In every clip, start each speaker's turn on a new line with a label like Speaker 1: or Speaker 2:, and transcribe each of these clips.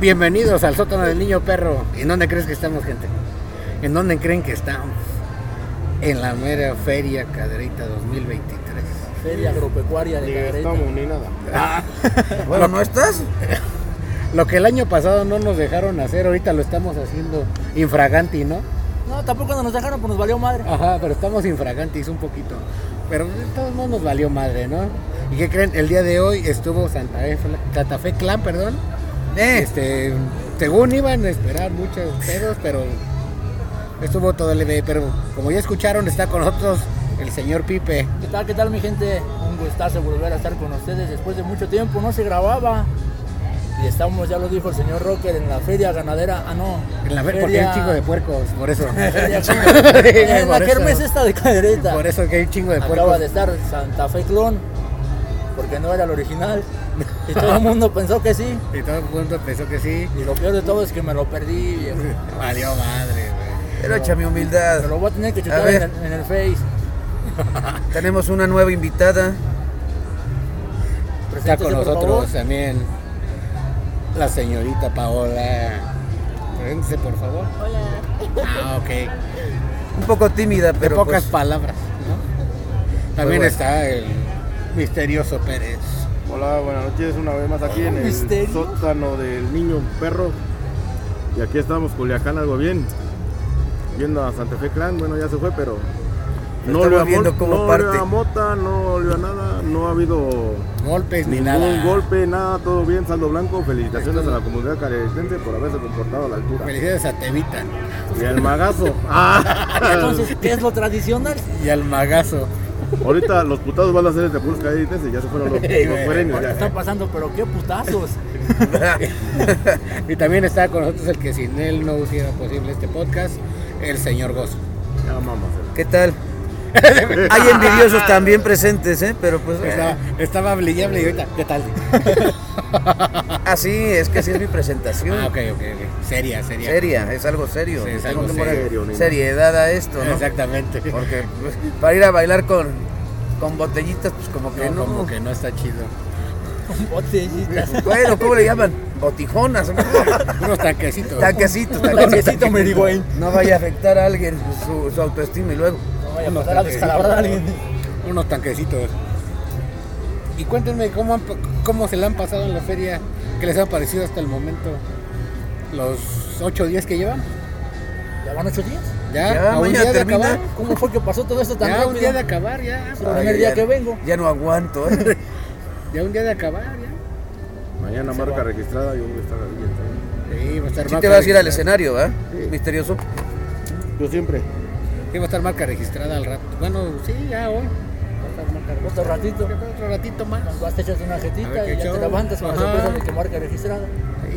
Speaker 1: Bienvenidos al sótano del niño perro. ¿En dónde crees que estamos, gente? ¿En dónde creen que estamos? En la mera Feria Caderita 2023.
Speaker 2: Feria agropecuaria de
Speaker 3: Ni
Speaker 2: Cadereyta.
Speaker 3: gastamos ni nada.
Speaker 4: Bueno, ¿no estás?
Speaker 1: Ah. Lo que el año pasado no nos dejaron hacer, ahorita lo estamos haciendo infraganti, ¿no?
Speaker 2: No, tampoco nos dejaron, pues nos valió madre.
Speaker 1: Ajá, pero estamos infragantis un poquito. Pero de todos modos nos valió madre, ¿no? ¿Y qué creen? El día de hoy estuvo Santa Fe, Santa Fe Clan, perdón.
Speaker 4: Eh,
Speaker 1: Este, según iban a esperar muchos pedos, pero estuvo todo leve. E, Pero como ya escucharon, está con nosotros el señor Pipe.
Speaker 2: ¿Qué tal, qué tal, mi gente? Un gustazo volver a estar con ustedes después de mucho tiempo. No se grababa. Y estamos, ya lo dijo el señor Rocker, en la feria ganadera. Ah, no.
Speaker 1: En la fe- porque hay un chingo de puercos, por eso. Eh,
Speaker 2: feria chingo. en la
Speaker 1: por,
Speaker 2: kermés
Speaker 1: eso
Speaker 2: esta de Cadereyta.
Speaker 1: por eso que hay un chingo de
Speaker 2: Acaba
Speaker 1: puercos.
Speaker 2: de estar Santa Fe Clon, porque no era el original. Y todo el mundo pensó que sí.
Speaker 1: Y todo el mundo pensó que sí.
Speaker 2: Y lo peor de todo es que me lo perdí, viejo.
Speaker 1: Valió madre, güey.
Speaker 4: pero echa mi humildad.
Speaker 2: Me lo voy a tener que
Speaker 4: A
Speaker 2: chutar
Speaker 4: ver.
Speaker 2: en el, en el Face.
Speaker 4: Tenemos una nueva invitada.
Speaker 1: Está con
Speaker 2: Preséntese, por favor.
Speaker 1: nosotros también la señorita Paola. Preséntese, por favor.
Speaker 5: Hola.
Speaker 1: Ah, ok.
Speaker 4: Un poco tímida,
Speaker 1: De
Speaker 4: pero.
Speaker 1: pocas
Speaker 4: pues,
Speaker 1: palabras, ¿no? También
Speaker 4: bueno.
Speaker 1: está el misterioso Pérez.
Speaker 3: Hola, buenas noches una vez más aquí en el
Speaker 2: misterio.
Speaker 3: sótano del niño perro. Y aquí estamos, Culiacán, algo bien. Yendo a Santa Fe Clan, bueno, ya se fue, pero no
Speaker 4: Estamos
Speaker 3: olía a,
Speaker 4: viendo
Speaker 3: mot-
Speaker 4: cómo
Speaker 3: no
Speaker 4: parte.
Speaker 3: olía a mota, no olía a nada, no ha habido
Speaker 1: Golpes ni
Speaker 3: ningún
Speaker 1: nada.
Speaker 3: golpe, nada, todo bien, saldo blanco. Felicitaciones a
Speaker 1: Estuvo-
Speaker 3: la comunidad caretense por haberse comportado a la altura.
Speaker 1: Felicidades a Tevita
Speaker 3: Y al magazo. Ah.
Speaker 2: Entonces, ¿qué es lo tradicional?
Speaker 1: y al magazo.
Speaker 3: Ahorita los putados van a hacer el de puros caretense, ya se fueron los, los
Speaker 1: Ey, güey,
Speaker 3: fuereños,
Speaker 2: Ahora
Speaker 3: ya.
Speaker 2: está pasando, pero qué putazos.
Speaker 4: pues,
Speaker 1: Y también está con nosotros el que sin él no hubiera posible este podcast, el señor Gozo.
Speaker 3: Ya vamos a hacer.
Speaker 4: ¿Qué tal? Hay envidiosos también presentes, ¿eh? Pero pues.
Speaker 1: Estaba, estaba brillable y ahorita, ¿qué tal?
Speaker 4: Así ah, es que así es mi presentación.
Speaker 1: Ah, ok, ok, ok. Seria, seria.
Speaker 4: Seria, es algo serio.
Speaker 1: Sí, es
Speaker 4: Le
Speaker 1: algo
Speaker 4: tengo que poner
Speaker 3: serio, niño.
Speaker 4: seriedad a esto, ¿no?
Speaker 1: Exactamente.
Speaker 4: Porque pues, para ir a bailar con, con botellitas, pues como que
Speaker 1: No,
Speaker 4: no.
Speaker 1: como que no está chido.
Speaker 2: Botellitas.
Speaker 4: Bueno, ¿cómo le llaman? Botijonas, ¿no?
Speaker 1: Unos tanquecitos.
Speaker 4: Taquecitos,
Speaker 2: Taquecito merigüey.
Speaker 4: No vaya a afectar a alguien su, su autoestima y luego.
Speaker 2: No vaya a pasar a pues, descalabrar a alguien.
Speaker 1: Unos tanquecitos. Y cuéntenme cómo, han- cómo se la han pasado en la feria, qué les ha parecido hasta el momento. Los 8 días que llevan.
Speaker 2: ¿Ya van ocho días?
Speaker 1: Ya,
Speaker 4: Ya,
Speaker 1: a un
Speaker 4: mañana
Speaker 1: día de
Speaker 4: termina.
Speaker 1: acabar.
Speaker 2: ¿Cómo fue que pasó todo esto tan
Speaker 1: Ya, un día de
Speaker 2: rápido?
Speaker 1: acabar, ya.
Speaker 2: El primer día que vengo.
Speaker 4: Ya no aguanto, ¿eh?
Speaker 1: Ya un día de acabar, ya.
Speaker 3: Mañana marca registrada, yo voy a estar ahí. entonces.
Speaker 1: Sí, va a estar
Speaker 4: Sí
Speaker 1: marca
Speaker 4: te vas a ir al
Speaker 1: registrada.
Speaker 4: escenario, ¿ah?
Speaker 3: Sí.
Speaker 4: Misterioso.
Speaker 3: Yo siempre.
Speaker 1: Sí, va a estar marca registrada al rato. Bueno, sí, ya hoy. Va a estar marca registrada.
Speaker 2: Otro ratito.
Speaker 1: Otro ratito más.
Speaker 2: Nos vas, te echas una
Speaker 1: A
Speaker 2: jetita
Speaker 1: ver
Speaker 2: y
Speaker 1: qué
Speaker 2: ya te
Speaker 1: show.
Speaker 2: levantas con la
Speaker 1: Ajá.
Speaker 2: sorpresa de que marca registrada.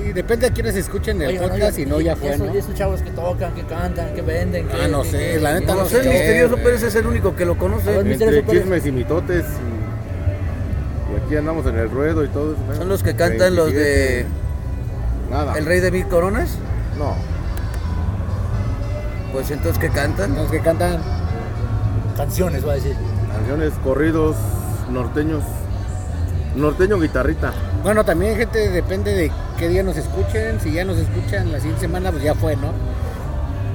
Speaker 1: Y depende a quienes escuchen el
Speaker 2: Oye, no,
Speaker 1: podcast, si no ya fue,
Speaker 2: esos,
Speaker 1: ¿no?
Speaker 2: esos chavos que tocan, que cantan, que venden.
Speaker 1: Ah,
Speaker 2: que-
Speaker 1: no
Speaker 2: que-
Speaker 1: sé,
Speaker 2: que-
Speaker 1: la neta
Speaker 4: No
Speaker 1: no
Speaker 4: sé, el
Speaker 1: sé,
Speaker 4: misterioso
Speaker 1: güey.
Speaker 4: Pérez es el único que lo
Speaker 2: A ver,
Speaker 4: conoce.
Speaker 2: mi-
Speaker 3: Entre
Speaker 2: Misterio Pérez.
Speaker 3: chismes y mitotes. Y, y aquí andamos en el ruedo y todo eso. ¿no?
Speaker 4: Son los que cantan los de
Speaker 3: 27, Nada.
Speaker 4: El Rey de Mil Coronas.
Speaker 3: No.
Speaker 4: Pues entonces, ¿qué cantan?
Speaker 1: Los que cantan.
Speaker 2: Canciones, voy a decir.
Speaker 3: Canciones, corridos, norteños. Norteño guitarrita.
Speaker 1: Bueno, también, gente, depende de qué día nos escuchen. Si ya nos escuchan la siguiente semana, pues ya fue, ¿no?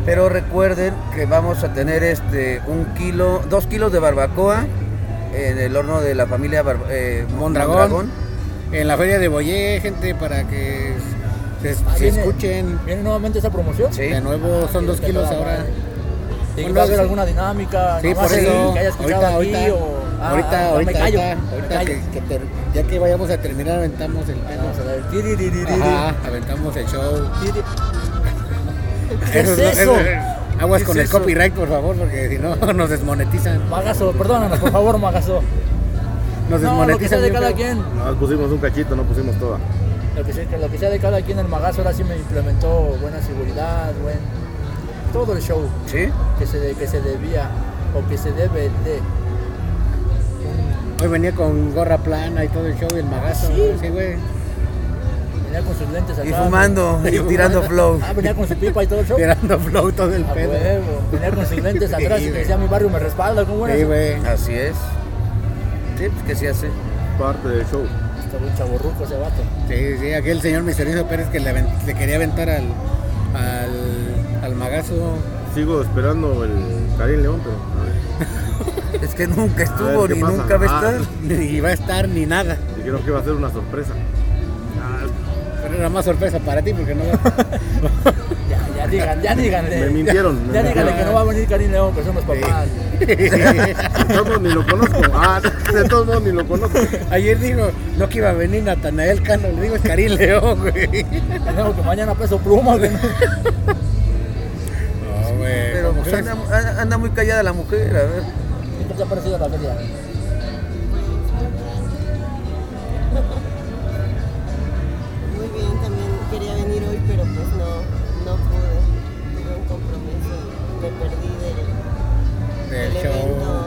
Speaker 4: Pero recuerden que vamos a tener este un kilo, dos kilos de barbacoa en el horno de la familia Bar- eh,
Speaker 1: Mondragón.
Speaker 4: Mondragón.
Speaker 1: En la feria de Boyé, gente, para que se,
Speaker 2: Ah,
Speaker 1: se
Speaker 2: viene-
Speaker 1: escuchen.
Speaker 2: ¿Viene nuevamente esa promoción?
Speaker 4: Sí.
Speaker 1: De nuevo, son dos
Speaker 2: qué
Speaker 1: kilos
Speaker 2: toda
Speaker 1: ahora.
Speaker 2: madre. ¿Y
Speaker 1: Bueno,
Speaker 2: va a haber
Speaker 1: sí.
Speaker 2: alguna dinámica?
Speaker 1: Sí,
Speaker 2: nomás
Speaker 1: por
Speaker 2: que-
Speaker 1: eso.
Speaker 2: Ah, Que hayas escuchado
Speaker 1: ahorita,
Speaker 2: aquí
Speaker 1: ahorita,
Speaker 2: o... Ah,
Speaker 1: ahorita,
Speaker 2: ah, no,
Speaker 1: ahorita,
Speaker 2: me callo.
Speaker 1: ahorita,
Speaker 2: me
Speaker 1: ahorita
Speaker 2: callo.
Speaker 1: que, que ter- ya que vayamos a terminar, aventamos el
Speaker 2: Vamos a
Speaker 1: pedo.
Speaker 2: ver. tiririririr.
Speaker 1: Ajá, aventamos el show.
Speaker 2: Tiri- ¿Qué es
Speaker 1: es-
Speaker 2: eso?
Speaker 1: es- Aguas
Speaker 4: ¿Qué
Speaker 1: con
Speaker 4: es
Speaker 1: el
Speaker 4: eso?
Speaker 1: copyright, por favor, porque si no, nos desmonetizan.
Speaker 2: Magazo, perdónanos, por favor, Magazo.
Speaker 1: Nos
Speaker 2: No, lo que sea
Speaker 1: desmonetizan.
Speaker 2: de
Speaker 1: bien
Speaker 2: cada
Speaker 1: feo.
Speaker 2: quien.
Speaker 3: Nos pusimos un cachito, no pusimos toda.
Speaker 2: Lo que, sea, que lo que sea de cada quien, el Magazo ahora sí me implementó buena seguridad, buen... Todo el show
Speaker 4: ¿Sí?
Speaker 2: que se, de- que se debía o que se debe de...
Speaker 1: Hoy venía con gorra plana y todo el show y el magazo.
Speaker 2: ¿Sí?
Speaker 1: Sí, güey.
Speaker 2: Venía con sus lentes acá.
Speaker 4: Y fumando, y tirando flow.
Speaker 2: Ah, venía con su pipa y todo el show.
Speaker 1: Tirando flow todo el
Speaker 2: A
Speaker 1: pedo.
Speaker 2: huevo. Venía con sus lentes atrás
Speaker 1: Sí,
Speaker 2: y me
Speaker 1: güey.
Speaker 2: decía mi barrio me respalda, ¿cómo era?
Speaker 1: Sí, güey.
Speaker 4: Así es. Sí, pues que se hace.
Speaker 3: Parte del show.
Speaker 2: Está muy chaborruco ese vato.
Speaker 1: Sí, sí, aquel señor misterioso Pérez que le, aven- le quería aventar al, al, al magazo.
Speaker 3: Sigo esperando el Karim León, pero a ver,
Speaker 4: Es que nunca estuvo
Speaker 3: A ver, ¿qué
Speaker 4: ni
Speaker 3: pasa?
Speaker 4: nunca va a
Speaker 3: Ah.
Speaker 4: estar.
Speaker 1: Ni va a estar ni nada.
Speaker 3: dijeron que va a ser una sorpresa.
Speaker 1: Pero era más sorpresa para ti porque no va.
Speaker 2: Ya, ya digan, ya díganle.
Speaker 3: Me mintieron, me
Speaker 2: Ya, díganle
Speaker 3: mintieron.
Speaker 2: que no va a venir Karim León, que somos papás.
Speaker 3: De todos modos, ni lo conozco. Ah, de todos modos, ni lo conozco.
Speaker 1: Ayer dijo, no que iba a venir Natanael Cano, le digo es Karim León, güey.
Speaker 2: Tenemos que mañana peso pluma, güey.
Speaker 1: No, güey.
Speaker 3: eh,
Speaker 4: Pero
Speaker 1: ¿cómo
Speaker 4: pues,
Speaker 1: crees?
Speaker 4: anda, anda- anda muy callada la mujer, a ver.
Speaker 2: ¿Qué te ha parecido la feria?
Speaker 5: Muy bien, también quería venir hoy, pero pues no, no pude. Tuve un compromiso, me perdí del...
Speaker 1: Del
Speaker 5: el
Speaker 1: show.
Speaker 5: evento.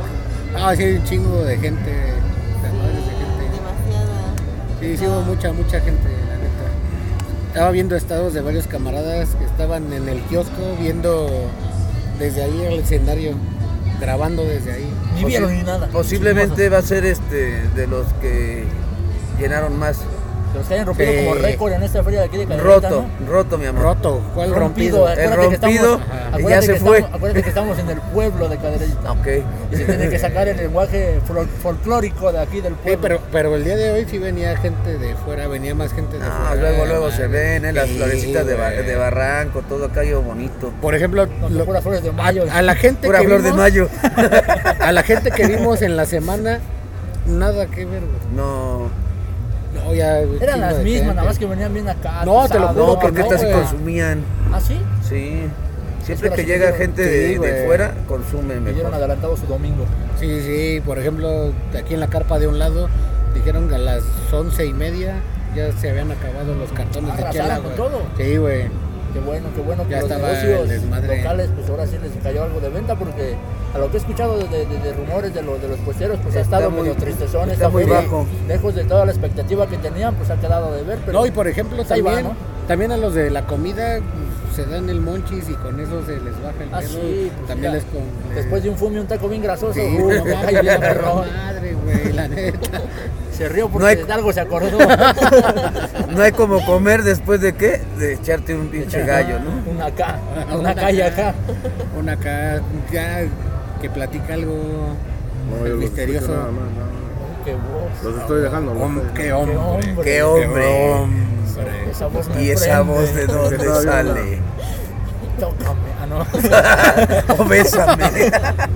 Speaker 1: Ah, sí, hay un chingo de gente. de madres de
Speaker 5: Sí,
Speaker 1: gente.
Speaker 5: demasiada.
Speaker 1: Sí, sí hubo mucha, mucha gente, la neta. Estaba viendo estados de varios camaradas que estaban en el kiosco viendo desde ahí el escenario, grabando desde ahí.
Speaker 2: Ni vieron ni nada.
Speaker 4: Posiblemente va a ser este de los que llenaron más.
Speaker 2: Los que hayan rompido
Speaker 1: Sí.
Speaker 2: como récord en esta feria de aquí de Cadereyta,
Speaker 4: Roto,
Speaker 2: ¿no?
Speaker 4: roto, mi amor.
Speaker 1: Roto, ¿cuál rompido?
Speaker 4: eh.
Speaker 2: Acuérdate
Speaker 4: El
Speaker 2: que estamos-
Speaker 4: rompido,
Speaker 2: Ajá.
Speaker 4: ya
Speaker 2: acuérdate
Speaker 4: se
Speaker 2: que
Speaker 4: fue.
Speaker 2: estamos- acuérdate que estamos en el pueblo de Cadereyta.
Speaker 4: Ah, Ok.
Speaker 2: Y se tiene que sacar el lenguaje fol- folclórico de aquí del
Speaker 1: Eh,
Speaker 2: pueblo.
Speaker 1: pero, pero el día de hoy sí venía gente de fuera, venía más gente de
Speaker 4: Ah,
Speaker 1: fuera.
Speaker 4: luego, luego se ven, eh, las
Speaker 1: Sí,
Speaker 4: florecitas de, ba-
Speaker 1: güey.
Speaker 4: de barranco, todo acá yo bonito.
Speaker 1: Por ejemplo,
Speaker 2: No,
Speaker 1: lo- Ah,
Speaker 2: puras flores de mayo.
Speaker 1: a la gente
Speaker 4: Pura
Speaker 1: que
Speaker 4: flor de
Speaker 1: vimos-
Speaker 4: mayo.
Speaker 1: a la gente que vimos en la semana, nada que ver, güey.
Speaker 4: No,
Speaker 1: No, ya, güey,
Speaker 2: Eran
Speaker 1: chingo
Speaker 2: las
Speaker 1: de
Speaker 2: mismas,
Speaker 1: gente.
Speaker 2: nada más que venían bien acá.
Speaker 1: No, te lo
Speaker 2: acosados,
Speaker 1: juro
Speaker 4: no, porque
Speaker 1: no,
Speaker 4: estas sí
Speaker 1: güey.
Speaker 4: consumían.
Speaker 2: ¿Ah, sí?
Speaker 4: Sí. Siempre
Speaker 2: que
Speaker 4: que
Speaker 2: las
Speaker 4: llega
Speaker 2: hicieron-
Speaker 4: gente
Speaker 1: Sí,
Speaker 4: de, de
Speaker 1: güey.
Speaker 4: fuera, consumen
Speaker 2: Me dieron
Speaker 4: mejor.
Speaker 2: adelantado su domingo.
Speaker 1: Sí, sí, por ejemplo, aquí en la carpa de un lado dijeron que a las once y media ya se habían acabado los cartones de
Speaker 2: Arrasaron
Speaker 1: chela,
Speaker 2: con
Speaker 1: güey.
Speaker 2: todo.
Speaker 1: Sí, güey.
Speaker 2: Qué bueno, qué bueno que
Speaker 1: Ya
Speaker 2: los
Speaker 1: estaba el
Speaker 2: negocios
Speaker 1: desmadre.
Speaker 2: locales, pues ahora sí les cayó algo de venta, porque a lo que he escuchado de, de- de rumores de, los de los puesteros, pues ha
Speaker 4: Está
Speaker 2: estado
Speaker 4: muy-
Speaker 2: medio tristezón.
Speaker 4: está
Speaker 2: esta
Speaker 4: muy
Speaker 2: feria.
Speaker 4: bajo.
Speaker 2: Lejos de toda la expectativa que tenían, pues ha quedado de ver. Pero
Speaker 1: No, y por ejemplo,
Speaker 2: pues, ahí va,
Speaker 1: también,
Speaker 2: ¿no?
Speaker 1: también a los de la comida pues, se dan el monchis y con eso se les baja el
Speaker 2: Ah,
Speaker 1: pedo.
Speaker 2: sí, pues,
Speaker 1: también
Speaker 2: mira,
Speaker 1: les
Speaker 4: eh,
Speaker 1: con... eh,
Speaker 2: Después de un fume, un taco bien grasoso.
Speaker 1: Sí,
Speaker 2: uh,
Speaker 1: no
Speaker 2: no, ay, bien, perro.
Speaker 1: madre, güey, la neta.
Speaker 2: Se rió
Speaker 4: No hay-
Speaker 2: porque de algo se acordó.
Speaker 4: No hay como comer después de qué? De echarte un pinche gallo, ¿no?
Speaker 2: Una acá,
Speaker 1: Una
Speaker 2: una acá y acá.
Speaker 1: Una acá, ya que platica algo
Speaker 3: No, yo los
Speaker 1: misterioso.
Speaker 3: escucho nada más, nada más.
Speaker 2: Qué voz.
Speaker 3: Los estoy dejando. los
Speaker 1: Hom-
Speaker 3: estoy
Speaker 1: qué
Speaker 3: dejando.
Speaker 1: hombre.
Speaker 2: hombre.
Speaker 4: ¡Qué hombre!
Speaker 1: hombre.
Speaker 2: Esa voz me
Speaker 4: ¿Y esa
Speaker 2: prende.
Speaker 4: voz de
Speaker 3: Porque
Speaker 4: dónde
Speaker 3: todavía
Speaker 4: sale?
Speaker 2: Tócame. Ah, no.
Speaker 4: O bésame.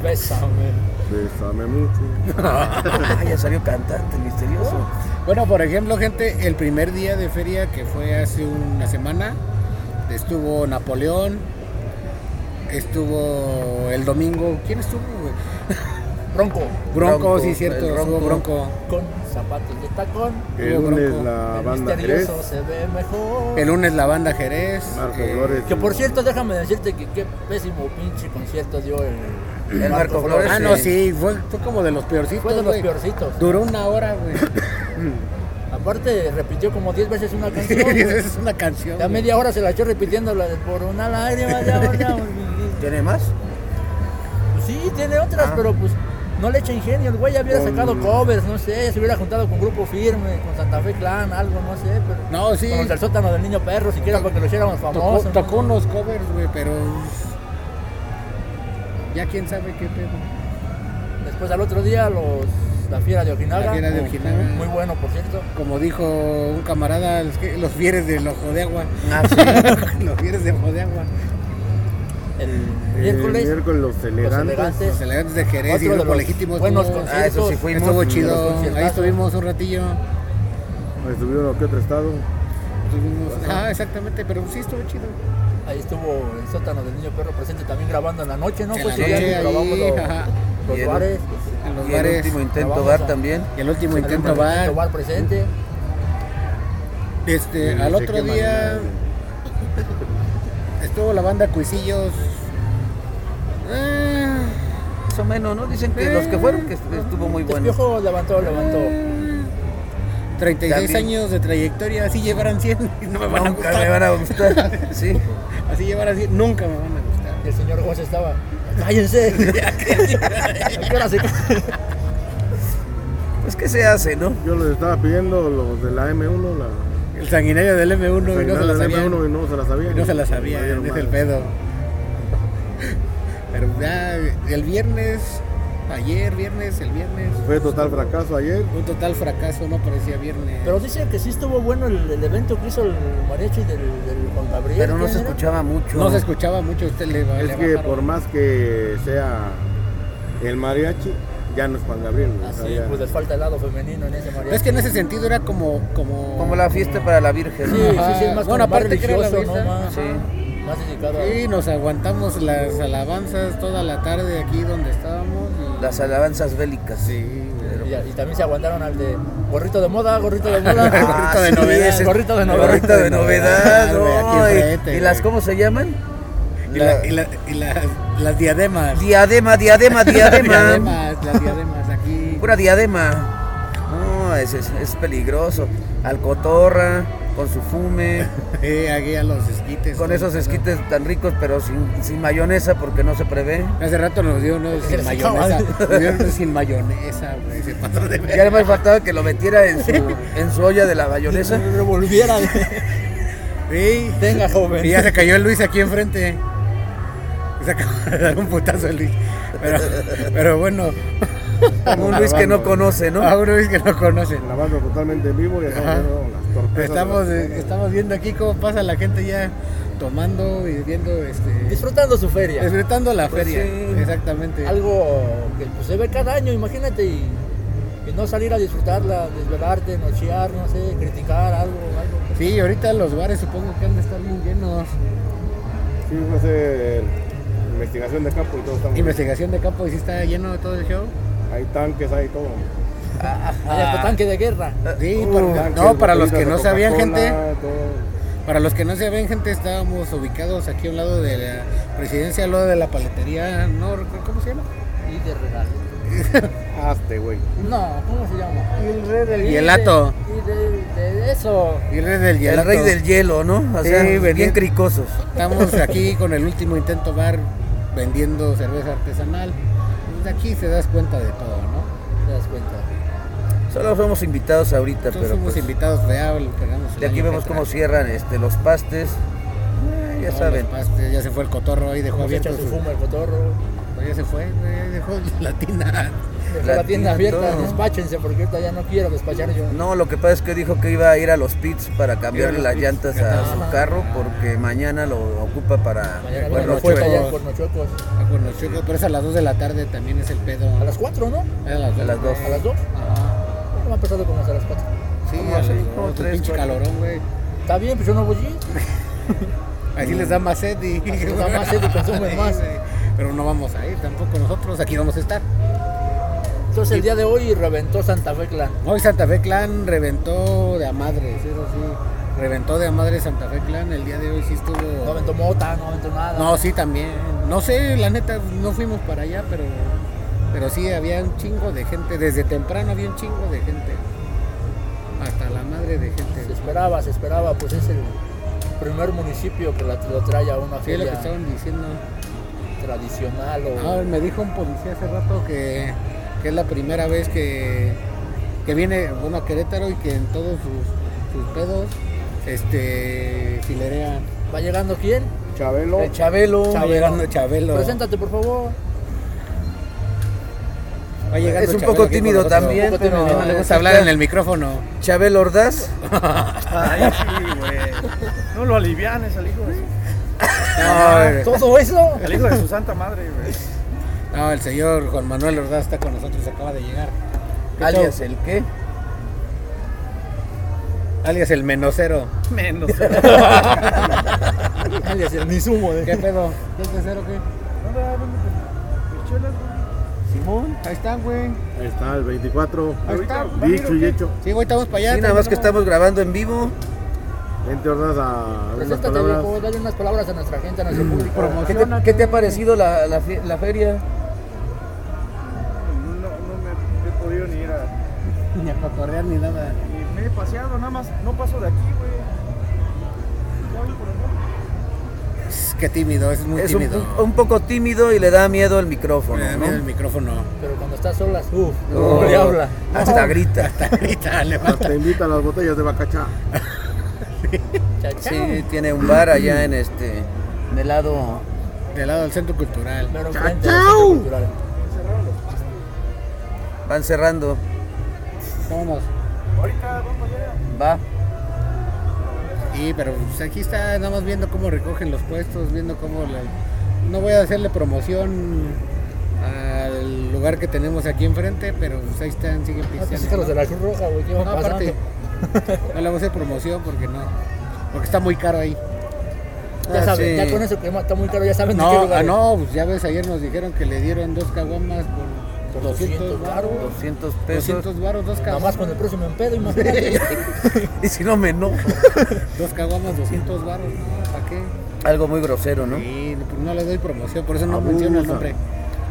Speaker 2: Bésame.
Speaker 3: Bésame mucho.
Speaker 4: Ah, ya salió cantante misterioso.
Speaker 1: Bueno, por ejemplo, gente, el primer día de feria que fue hace una semana, estuvo Napoleón, estuvo el domingo, ¿quién estuvo? güey?
Speaker 2: Bronco.
Speaker 1: Bronco,
Speaker 4: Bronco,
Speaker 1: sí, cierto,
Speaker 4: el Bronco.
Speaker 1: estuvo Bronco.
Speaker 2: Con zapatos de tacón.
Speaker 3: El
Speaker 1: Hubo
Speaker 3: lunes
Speaker 1: bronco.
Speaker 3: la
Speaker 2: el
Speaker 3: banda Jerez.
Speaker 2: misterioso se ve mejor.
Speaker 1: El lunes la banda Jerez.
Speaker 3: Marco
Speaker 1: eh,
Speaker 3: Flores.
Speaker 2: Que por cierto, déjame decirte que qué pésimo pinche concierto dio el,
Speaker 4: El Marco Flores.
Speaker 1: Ah, no, sí, fue, fue como de los peorcitos.
Speaker 2: Fue de los
Speaker 1: güey.
Speaker 2: peorcitos.
Speaker 1: Duró una hora, güey.
Speaker 2: Aparte, repitió como 10 veces una canción.
Speaker 1: Esa
Speaker 2: güey.
Speaker 1: es una canción.
Speaker 2: Ya
Speaker 1: güey.
Speaker 2: media hora se la echó repitiendo la de por una lágrima. Ya, ya, ya.
Speaker 4: ¿Tiene más?
Speaker 2: Pues sí, tiene otras,
Speaker 4: Ah.
Speaker 2: pero pues no le echa ingenio. El güey ya hubiera
Speaker 3: Con-
Speaker 2: sacado covers, no sé. Se hubiera juntado con Grupo Firme, con Santa Fe Clan, algo, no sé. Pero...
Speaker 1: No, sí.
Speaker 2: Con los del sótano del niño perro, siquiera porque lo hiciéramos
Speaker 1: Tocó,
Speaker 2: famoso. ¿no?
Speaker 1: tocó unos covers, güey, pero. Ya quién sabe qué pedo.
Speaker 2: Después al otro día, los, la fiera de Okinawa.
Speaker 1: La Fiera de Okinawa.
Speaker 2: Muy bueno, por cierto.
Speaker 1: Como dijo un camarada, los, que- los fieres del ojo de agua.
Speaker 4: Ah, sí.
Speaker 1: los fieres de ojo de agua.
Speaker 2: El
Speaker 3: El
Speaker 2: miércoles,
Speaker 3: miércoles los
Speaker 2: los
Speaker 3: elegantes.
Speaker 2: elegantes.
Speaker 1: Los elegantes de Jerez
Speaker 2: Otro
Speaker 1: y
Speaker 2: de
Speaker 1: grupo
Speaker 2: los
Speaker 1: legítimo.
Speaker 2: buenos
Speaker 1: estuvo-
Speaker 2: conciertos.
Speaker 4: Ah, eso sí
Speaker 2: Esos-
Speaker 4: fuimos.
Speaker 1: estuvo
Speaker 2: los
Speaker 1: chido. Ahí
Speaker 2: conciertazos.
Speaker 1: estuvimos un ratillo.
Speaker 3: Estuvieron aquí otro estado.
Speaker 1: Estuvimos- Ah, exactamente, pero sí estuvo chido.
Speaker 2: Ahí estuvo el sótano del niño perro presente también grabando en la noche, ¿no?
Speaker 1: En
Speaker 2: Pues
Speaker 1: la
Speaker 2: sí,
Speaker 1: noche
Speaker 2: ya grabamos
Speaker 1: ahí,
Speaker 2: los,
Speaker 1: ajá.
Speaker 2: los
Speaker 4: Y el-
Speaker 2: bares.
Speaker 1: En los
Speaker 4: Y el
Speaker 1: bares.
Speaker 4: último intento
Speaker 2: Vamos
Speaker 4: bar
Speaker 2: a-
Speaker 4: también.
Speaker 1: y el último
Speaker 2: El
Speaker 1: intento va.
Speaker 2: bar presente.
Speaker 1: Este,
Speaker 3: No
Speaker 1: al
Speaker 3: sé
Speaker 1: otro
Speaker 3: qué
Speaker 1: día
Speaker 3: manera.
Speaker 1: estuvo la banda Cuisillos. Ah,
Speaker 4: Más o menos, ¿no? Dicen que los que fueron que est- estuvo muy bueno.
Speaker 2: Despiojo Pues levantó, levantó.
Speaker 1: 36
Speaker 4: También.
Speaker 1: años de trayectoria, así llevarán 100. No me van a
Speaker 4: Nunca me
Speaker 1: gustar.
Speaker 4: van a gustar. Sí.
Speaker 1: Así llevarán 100, nunca me van a gustar.
Speaker 2: Y el señor José estaba. ¡Cállense! ¿A qué hora se ca-
Speaker 4: pues qué se hace, ¿no?
Speaker 3: Yo les estaba pidiendo los de la M1, la
Speaker 1: El sanguinario del M1 y no se
Speaker 3: la
Speaker 1: la sabían.
Speaker 3: M1 y no se la sabían.
Speaker 1: No se la
Speaker 3: Y
Speaker 1: sabían,
Speaker 3: valieron
Speaker 1: es el
Speaker 3: madre.
Speaker 1: pedo. Pero ya, el viernes, ayer, viernes, el viernes.
Speaker 3: Fue total fracaso ayer.
Speaker 1: Un total fracaso, no parecía viernes.
Speaker 2: Pero dicen que sí estuvo bueno el, el evento que hizo el mariachi del, del Juan Gabriel.
Speaker 4: Pero no
Speaker 2: ¿quién
Speaker 4: se
Speaker 2: era?
Speaker 4: escuchaba mucho.
Speaker 1: no se escuchaba mucho, usted le va
Speaker 3: Es que por más que sea el mariachi, ya no es Juan Gabriel. güey. O sea,
Speaker 2: Así,
Speaker 3: ya-
Speaker 2: pues les falta el lado femenino en ese mariachi.
Speaker 1: Es que en ese sentido era como. Como,
Speaker 4: Como la fiesta para la Virgen.
Speaker 2: Sí,
Speaker 4: ¿no?
Speaker 2: sí, sí, es
Speaker 1: Bueno,
Speaker 2: más como más
Speaker 1: aparte que era la
Speaker 2: religioso, ¿no?
Speaker 1: misa.
Speaker 2: Más,
Speaker 4: Sí.
Speaker 2: más dedicado a...
Speaker 1: Sí, nos aguantamos las alabanzas toda la tarde aquí donde estábamos. y-
Speaker 4: Las alabanzas bélicas.
Speaker 1: Sí,
Speaker 4: Pero-
Speaker 2: Y, y también se aguantaron al de gorrito de moda, gorrito de
Speaker 4: Ah,
Speaker 2: moda.
Speaker 1: gorrito de
Speaker 4: sí,
Speaker 1: novedad.
Speaker 4: ese-
Speaker 2: Gorrito de novedad.
Speaker 4: Gorrito de novedad,
Speaker 1: güey,
Speaker 4: ¿no?
Speaker 1: aquí
Speaker 4: Y-
Speaker 1: enfrente,
Speaker 4: ¿Y las
Speaker 1: güey.
Speaker 4: cómo se llaman?
Speaker 1: Y, la- y la- y las, las diademas.
Speaker 4: Diadema, diadema, diadema.
Speaker 1: diademas, las diademas aquí.
Speaker 4: Pura diadema. No, es, es, es peligroso. Al cotorra, con su fume,
Speaker 1: Eh, aquí a los esquites.
Speaker 4: con
Speaker 1: todo
Speaker 4: esos
Speaker 1: el pedo.
Speaker 4: esquites tan ricos, pero sin, sin mayonesa porque no se prevé.
Speaker 1: Hace rato nos dio uno sin
Speaker 2: les acabo de-
Speaker 1: mayonesa. Nos dio uno sin mayonesa, güey. Se pasó de
Speaker 4: Y
Speaker 1: ver.
Speaker 4: además faltaba que lo metiera en su, en su olla de la mayonesa.
Speaker 2: Revolviera.
Speaker 1: Sí.
Speaker 2: Venga, joven.
Speaker 1: Y ya se cayó el Luis aquí enfrente. Se acabó de dar un putazo el Luis. Pero, pero bueno,
Speaker 4: Un Luis que no conoce, ¿no?
Speaker 1: a uno es que no conocen.
Speaker 3: Grabando totalmente en vivo y estamos
Speaker 1: Ajá.
Speaker 3: viendo las torpezas.
Speaker 1: Estamos,
Speaker 3: de las-
Speaker 1: eh, estamos viendo aquí cómo pasa la gente ya tomando y viendo, este,
Speaker 2: Disfrutando su feria.
Speaker 1: disfrutando la
Speaker 2: Pues
Speaker 1: feria.
Speaker 2: sí.
Speaker 1: Exactamente.
Speaker 2: algo que pues, se ve cada año, imagínate, y, y no salir a disfrutarla, desvelarte, nochear, no sé, criticar algo, algo. pues,
Speaker 1: Sí, ahorita los bares supongo que han de estar bien llenos.
Speaker 3: Sí, fue a hacer investigación de campo y todo. Estamos
Speaker 1: Investigación de campo y si está lleno de todo el show.
Speaker 3: Hay tanques, hay todo.
Speaker 1: Ah.
Speaker 2: Hay hasta tanque de guerra.
Speaker 1: Sí,
Speaker 3: Uh,
Speaker 1: para,
Speaker 6: Oh,
Speaker 3: tanques,
Speaker 1: no, para
Speaker 6: ah,
Speaker 1: los
Speaker 3: botellitas
Speaker 1: que
Speaker 3: de
Speaker 1: no sabían, gente,
Speaker 3: Coca-Cola, todo.
Speaker 1: para los que no sabían, gente, estábamos ubicados aquí a un lado de la presidencia, al lado de la paletería, no recuerdo cómo se llama.
Speaker 2: Y de regalo.
Speaker 3: Hazte, güey.
Speaker 2: No, ¿cómo se llama? Y el rey del
Speaker 1: Hielato.
Speaker 2: Y de, de eso.
Speaker 1: Y el rey del
Speaker 4: El
Speaker 1: hielato.
Speaker 4: rey del hielo, ¿no? O
Speaker 1: Sí,
Speaker 4: sea,
Speaker 1: venía-
Speaker 4: bien cricosos.
Speaker 1: Estamos aquí con el último intento bar vendiendo cerveza artesanal. Pues aquí se das cuenta de todo, ¿no?
Speaker 2: Te das cuenta.
Speaker 4: Solo fuimos invitados ahorita,
Speaker 1: Nosotros
Speaker 4: pero
Speaker 1: somos
Speaker 4: pues,
Speaker 1: invitados de Abel, pegamos el
Speaker 4: de
Speaker 1: año
Speaker 4: aquí
Speaker 1: que
Speaker 4: vemos cómo
Speaker 1: entra.
Speaker 4: cierran este, los pastes. Eh, ya
Speaker 1: No,
Speaker 4: saben.
Speaker 1: los pastes, ya se fue el cotorro ahí, dejó
Speaker 2: Como se
Speaker 1: abierto
Speaker 2: echa su
Speaker 1: su- Pues
Speaker 2: fumo el cotorro.
Speaker 1: Ya se fue, güey, ahí dejó la tina.
Speaker 2: Dejó
Speaker 4: La
Speaker 2: la tienda
Speaker 4: tienda,
Speaker 2: abierta,
Speaker 4: no.
Speaker 2: despáchense porque ahorita ya no quiero despachar yo.
Speaker 4: No, lo que pasa es que dijo que iba a ir a los pits para cambiarle
Speaker 1: los
Speaker 4: las
Speaker 1: pits,
Speaker 4: llantas a
Speaker 2: ajá.
Speaker 4: su carro porque mañana lo ocupa para
Speaker 2: Mañana viene
Speaker 1: Bueno,
Speaker 2: la cueca
Speaker 1: chuecos.
Speaker 2: ya por Nochuecos.
Speaker 1: Ah, Bueno, chico, pero es a las 2 de la tarde también es el pedo.
Speaker 2: A las 4, ¿no?
Speaker 1: Es a las
Speaker 4: a las dos.
Speaker 2: A las 2.
Speaker 1: Ajá.
Speaker 2: No me ha empezado como hasta las 4.
Speaker 1: Sí,
Speaker 4: ¿Cómo
Speaker 1: a las
Speaker 4: así?
Speaker 1: dos,
Speaker 4: ¿Cómo
Speaker 1: un
Speaker 4: tres,
Speaker 1: pinche
Speaker 4: cuatro?
Speaker 1: calorón, güey.
Speaker 2: Está bien, pues yo no voy allí.
Speaker 1: Así les da más sed y
Speaker 2: Así les da más sed y consumen
Speaker 1: Sí,
Speaker 2: más.
Speaker 1: güey. Pero no vamos a ir tampoco nosotros, aquí vamos a estar.
Speaker 2: Entonces el día de hoy reventó Santa Fe Clan.
Speaker 1: Hoy Santa Fe Clan reventó de a madres, eso sí. Reventó de a madres Santa Fe Clan, el día de hoy sí
Speaker 2: No
Speaker 1: estuvo...
Speaker 2: aventó mota, no aventó nada.
Speaker 1: No, sí también. No sé, la neta, no fuimos para allá, pero... Pero sí, había un chingo de gente, desde temprano había un chingo de gente. Hasta la madre de gente.
Speaker 2: Se
Speaker 1: güey.
Speaker 2: esperaba, se esperaba, pues es el primer municipio que la, lo trae a una
Speaker 1: Sí, es lo que
Speaker 2: feria
Speaker 1: estaban diciendo.
Speaker 2: tradicional o
Speaker 1: Ah, me dijo un policía hace rato que, que es la primera vez que, que viene bueno, a Querétaro y que en todos sus, sus pedos este, filerean.
Speaker 2: ¿Va llegando quién?
Speaker 3: Chabelo.
Speaker 4: El Chabelo.
Speaker 1: Va llegando Chabelo.
Speaker 2: Preséntate, por favor.
Speaker 1: Va llegando
Speaker 4: Es un
Speaker 1: Chabelo
Speaker 4: poco
Speaker 1: aquí con
Speaker 4: tímido
Speaker 1: nosotros.
Speaker 4: también,
Speaker 1: Un poco tímido,
Speaker 4: pero-
Speaker 1: no le gusta hablar en el micrófono.
Speaker 4: Chabelo Ordaz.
Speaker 6: Ay, sí, güey. No lo alivianes al hijo de su,
Speaker 1: No,
Speaker 2: ¿Todo eso?
Speaker 6: al hijo de su santa madre, güey.
Speaker 1: no, el señor Juan Manuel Ordaz está con nosotros, acaba de llegar. ¿Qué
Speaker 4: Alias
Speaker 1: show?
Speaker 4: el qué?
Speaker 1: Alias el menocero.
Speaker 6: Menos.
Speaker 2: Alias el Nizumo.
Speaker 1: ¿Qué pedo? eh. ¿Qué es tercero qué? Simón, ahí están, güey.
Speaker 3: Ahí está, el 24.
Speaker 1: Ahí está,
Speaker 3: Dicho y hecho.
Speaker 1: Sí, güey, estamos para allá.
Speaker 4: Sí, nada más que
Speaker 1: terminamos.
Speaker 4: estamos grabando en vivo.
Speaker 3: Vente, Ordaz,
Speaker 6: Pues
Speaker 3: a
Speaker 6: este
Speaker 3: unas
Speaker 2: Preséntate,
Speaker 3: palabras.
Speaker 2: viejo, dale unas palabras a nuestra gente, a nuestro
Speaker 1: Mm.
Speaker 2: público.
Speaker 4: ¿Qué te, qué te ha parecido la, la fe- la feria?
Speaker 6: No, no me he podido ni ir a.
Speaker 1: Ni a cotorrear ni nada.
Speaker 6: Ni me he paseado, nada más. No paso de aquí, güey. Ya voy por acá.
Speaker 1: que tímido, es muy
Speaker 4: es un,
Speaker 1: tímido.
Speaker 4: un- un poco tímido y le da miedo el micrófono,
Speaker 1: Le da
Speaker 4: ¿no?
Speaker 1: miedo el micrófono.
Speaker 2: Pero cuando estás sola, uff,
Speaker 4: Oh,
Speaker 2: no le habla.
Speaker 4: Hasta grita.
Speaker 1: Ahorita le va-
Speaker 2: Ah,
Speaker 3: Te invitan las botellas de bacachá.
Speaker 2: Chachao.
Speaker 4: Sí, tiene un bar allá en este, en el lado
Speaker 1: Del lado del centro cultural.
Speaker 2: Mero enfrente del
Speaker 3: Chachao.
Speaker 2: centro cultural.
Speaker 4: Van cerrando.
Speaker 1: Vamos.
Speaker 4: Va.
Speaker 2: Ah,
Speaker 1: Y pero pues, aquí está, nada más viendo cómo recogen los puestos, viendo cómo la- No voy a hacerle promoción al lugar que tenemos aquí enfrente, pero pues, ahí están, siguen
Speaker 2: No, pues
Speaker 1: pisteando.
Speaker 2: es que los de la Cruz Roja, güey, ¿qué van
Speaker 1: No,
Speaker 2: pasando?
Speaker 1: aparte, no le vamos a hacer promoción porque no. Porque está muy caro ahí.
Speaker 2: Ya
Speaker 4: Ah,
Speaker 2: saben,
Speaker 4: sí.
Speaker 2: ya con eso que está muy caro, ya saben de qué
Speaker 1: No,
Speaker 2: lugar.
Speaker 1: ah,
Speaker 2: es.
Speaker 1: no, pues ya ves, ayer nos dijeron que le dieron dos caguamas por,
Speaker 2: Por
Speaker 1: 200
Speaker 2: 200
Speaker 1: baros.
Speaker 2: varos.
Speaker 4: 200 pesos.
Speaker 1: 200 varos, dos
Speaker 2: Nada más
Speaker 1: caguamas.
Speaker 2: con el próximo en pedo, imagínate.
Speaker 4: Y si no me enojo.
Speaker 1: Dos caguamas, 200 varos. No, ¿Para qué?
Speaker 4: Algo muy grosero, ¿no?
Speaker 1: Sí, pues, no le doy promoción, por eso no menciono el
Speaker 3: Abusa.
Speaker 1: nombre.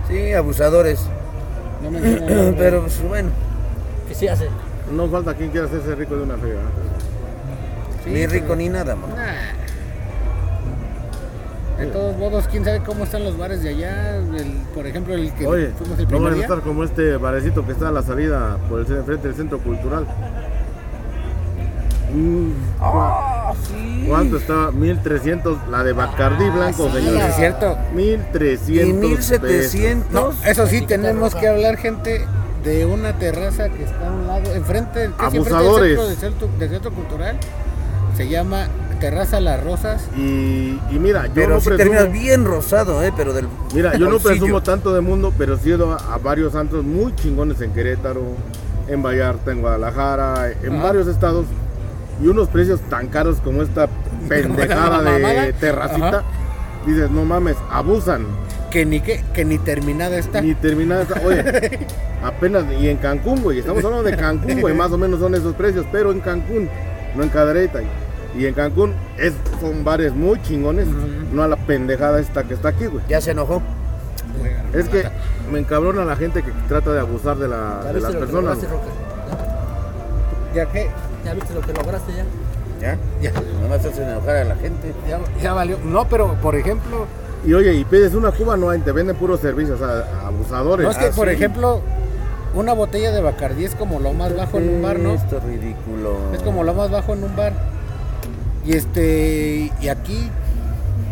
Speaker 4: Sí, abusadores.
Speaker 1: No menciono el nombre.
Speaker 4: Pero pues, bueno,
Speaker 2: que sí hace.
Speaker 3: No falta quien quiera hacerse rico de una fea.
Speaker 1: Sí,
Speaker 4: ni rico
Speaker 1: pero-
Speaker 4: ni nada, mano.
Speaker 1: Nah. De todos modos, quién sabe cómo están los bares de allá. El- por ejemplo, el que
Speaker 3: Oye,
Speaker 1: fuimos el
Speaker 3: no
Speaker 1: primer
Speaker 3: van a
Speaker 1: día.
Speaker 3: estar como este barecito que está a la salida por el frente del centro cultural. Mm,
Speaker 1: Ah,
Speaker 3: ¿Cuánto estaba? 1300, la de Bacardi Blanco,
Speaker 1: Sí,
Speaker 3: señores.
Speaker 1: es cierto.
Speaker 3: 1300.
Speaker 4: Y
Speaker 3: pesos.
Speaker 4: 1700.
Speaker 1: No, eso sí,
Speaker 2: Etiqueta
Speaker 1: tenemos
Speaker 2: roja.
Speaker 1: que hablar, gente, de una terraza que está a un lado, enfrente del, casi enfrente del
Speaker 3: Abusadores.
Speaker 1: centro- del centro, del centro cultural. Se llama Terraza Las Rosas.
Speaker 3: Y, y mira, yo
Speaker 4: Pero
Speaker 3: no
Speaker 4: si
Speaker 3: presumo-
Speaker 4: terminas bien rosado, ¿eh? Pero del.
Speaker 3: Mira, yo no
Speaker 4: bolsillo.
Speaker 3: presumo tanto de mundo, pero sí he ido a, a varios antros muy chingones en Querétaro, en Vallarta, en Guadalajara, en
Speaker 1: Ajá.
Speaker 3: varios estados. Y unos precios tan caros como esta pendejada
Speaker 1: mamada.
Speaker 3: de terracita.
Speaker 1: Ajá.
Speaker 3: Dices, no mames, abusan.
Speaker 1: Que ni, que, que ni terminada está.
Speaker 3: Ni terminada esta. Oye, apenas. Y en Cancún, güey. Estamos hablando de Cancún, güey. Más o menos son esos precios, pero en Cancún, no en Cadereyta. Y en Cancún es, son bares muy chingones. No a la pendejada esta que está aquí, güey.
Speaker 4: Ya se enojó.
Speaker 3: Es que me encabrona la gente que trata de abusar de, la-
Speaker 2: Ya
Speaker 3: de
Speaker 2: viste
Speaker 3: las
Speaker 2: lo que
Speaker 3: personas.
Speaker 2: lograste,
Speaker 3: güey.
Speaker 2: Roque.
Speaker 1: Ya que
Speaker 2: Ya viste lo que lograste ya.
Speaker 4: ¿Ya? Ya. Nomás hacen enojar a la gente.
Speaker 1: ya, ya valió. No, pero por ejemplo,
Speaker 3: Y oye, y pides una cuba, no hay, te venden puros servicios, o sea, abusadores.
Speaker 1: no es que
Speaker 3: Ah,
Speaker 1: por
Speaker 3: sí.
Speaker 1: ejemplo, una botella de Bacardí es como lo más bajo en un bar, ¿no?
Speaker 4: Esto es ridículo.
Speaker 1: Es como lo más bajo en un bar. Y este y aquí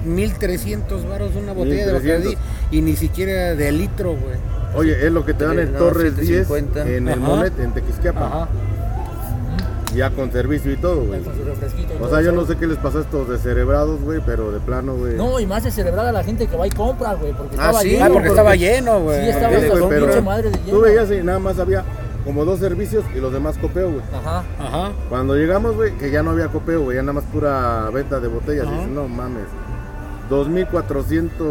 Speaker 1: 1300 varos una botella de
Speaker 3: 1300.
Speaker 1: Bacardí y ni siquiera de litro, güey.
Speaker 3: Ah, Oye, es lo que te dan en
Speaker 4: No,
Speaker 3: Torres 10,
Speaker 4: 750.
Speaker 3: en el
Speaker 1: Ajá.
Speaker 3: Monet, en Tequisquiapa.
Speaker 1: Ajá.
Speaker 3: Ya con servicio y todo, güey.
Speaker 2: Con su refresquito y
Speaker 3: Pues, O
Speaker 2: todo
Speaker 3: sea, yo
Speaker 2: eso.
Speaker 3: no sé qué les pasa a estos descerebrados, güey, pero de plano, güey.
Speaker 2: No, y más de celebrar a la gente que va y compra, güey, porque
Speaker 4: Ah,
Speaker 2: estaba
Speaker 4: sí,
Speaker 2: lleno,
Speaker 1: Ah, porque
Speaker 2: güey.
Speaker 1: estaba lleno,
Speaker 2: Sí,
Speaker 1: güey.
Speaker 2: estaba
Speaker 3: Sí, güey,
Speaker 2: con
Speaker 3: pero
Speaker 2: pinche madre de lleno.
Speaker 3: Tú veías y nada más había como dos servicios y los demás copeo, güey.
Speaker 2: Ajá.
Speaker 1: Ajá.
Speaker 3: Cuando llegamos, güey, que ya no había copeo, güey, ya nada más pura venta de botellas.
Speaker 1: Ajá.
Speaker 3: Dices, no mames. 2400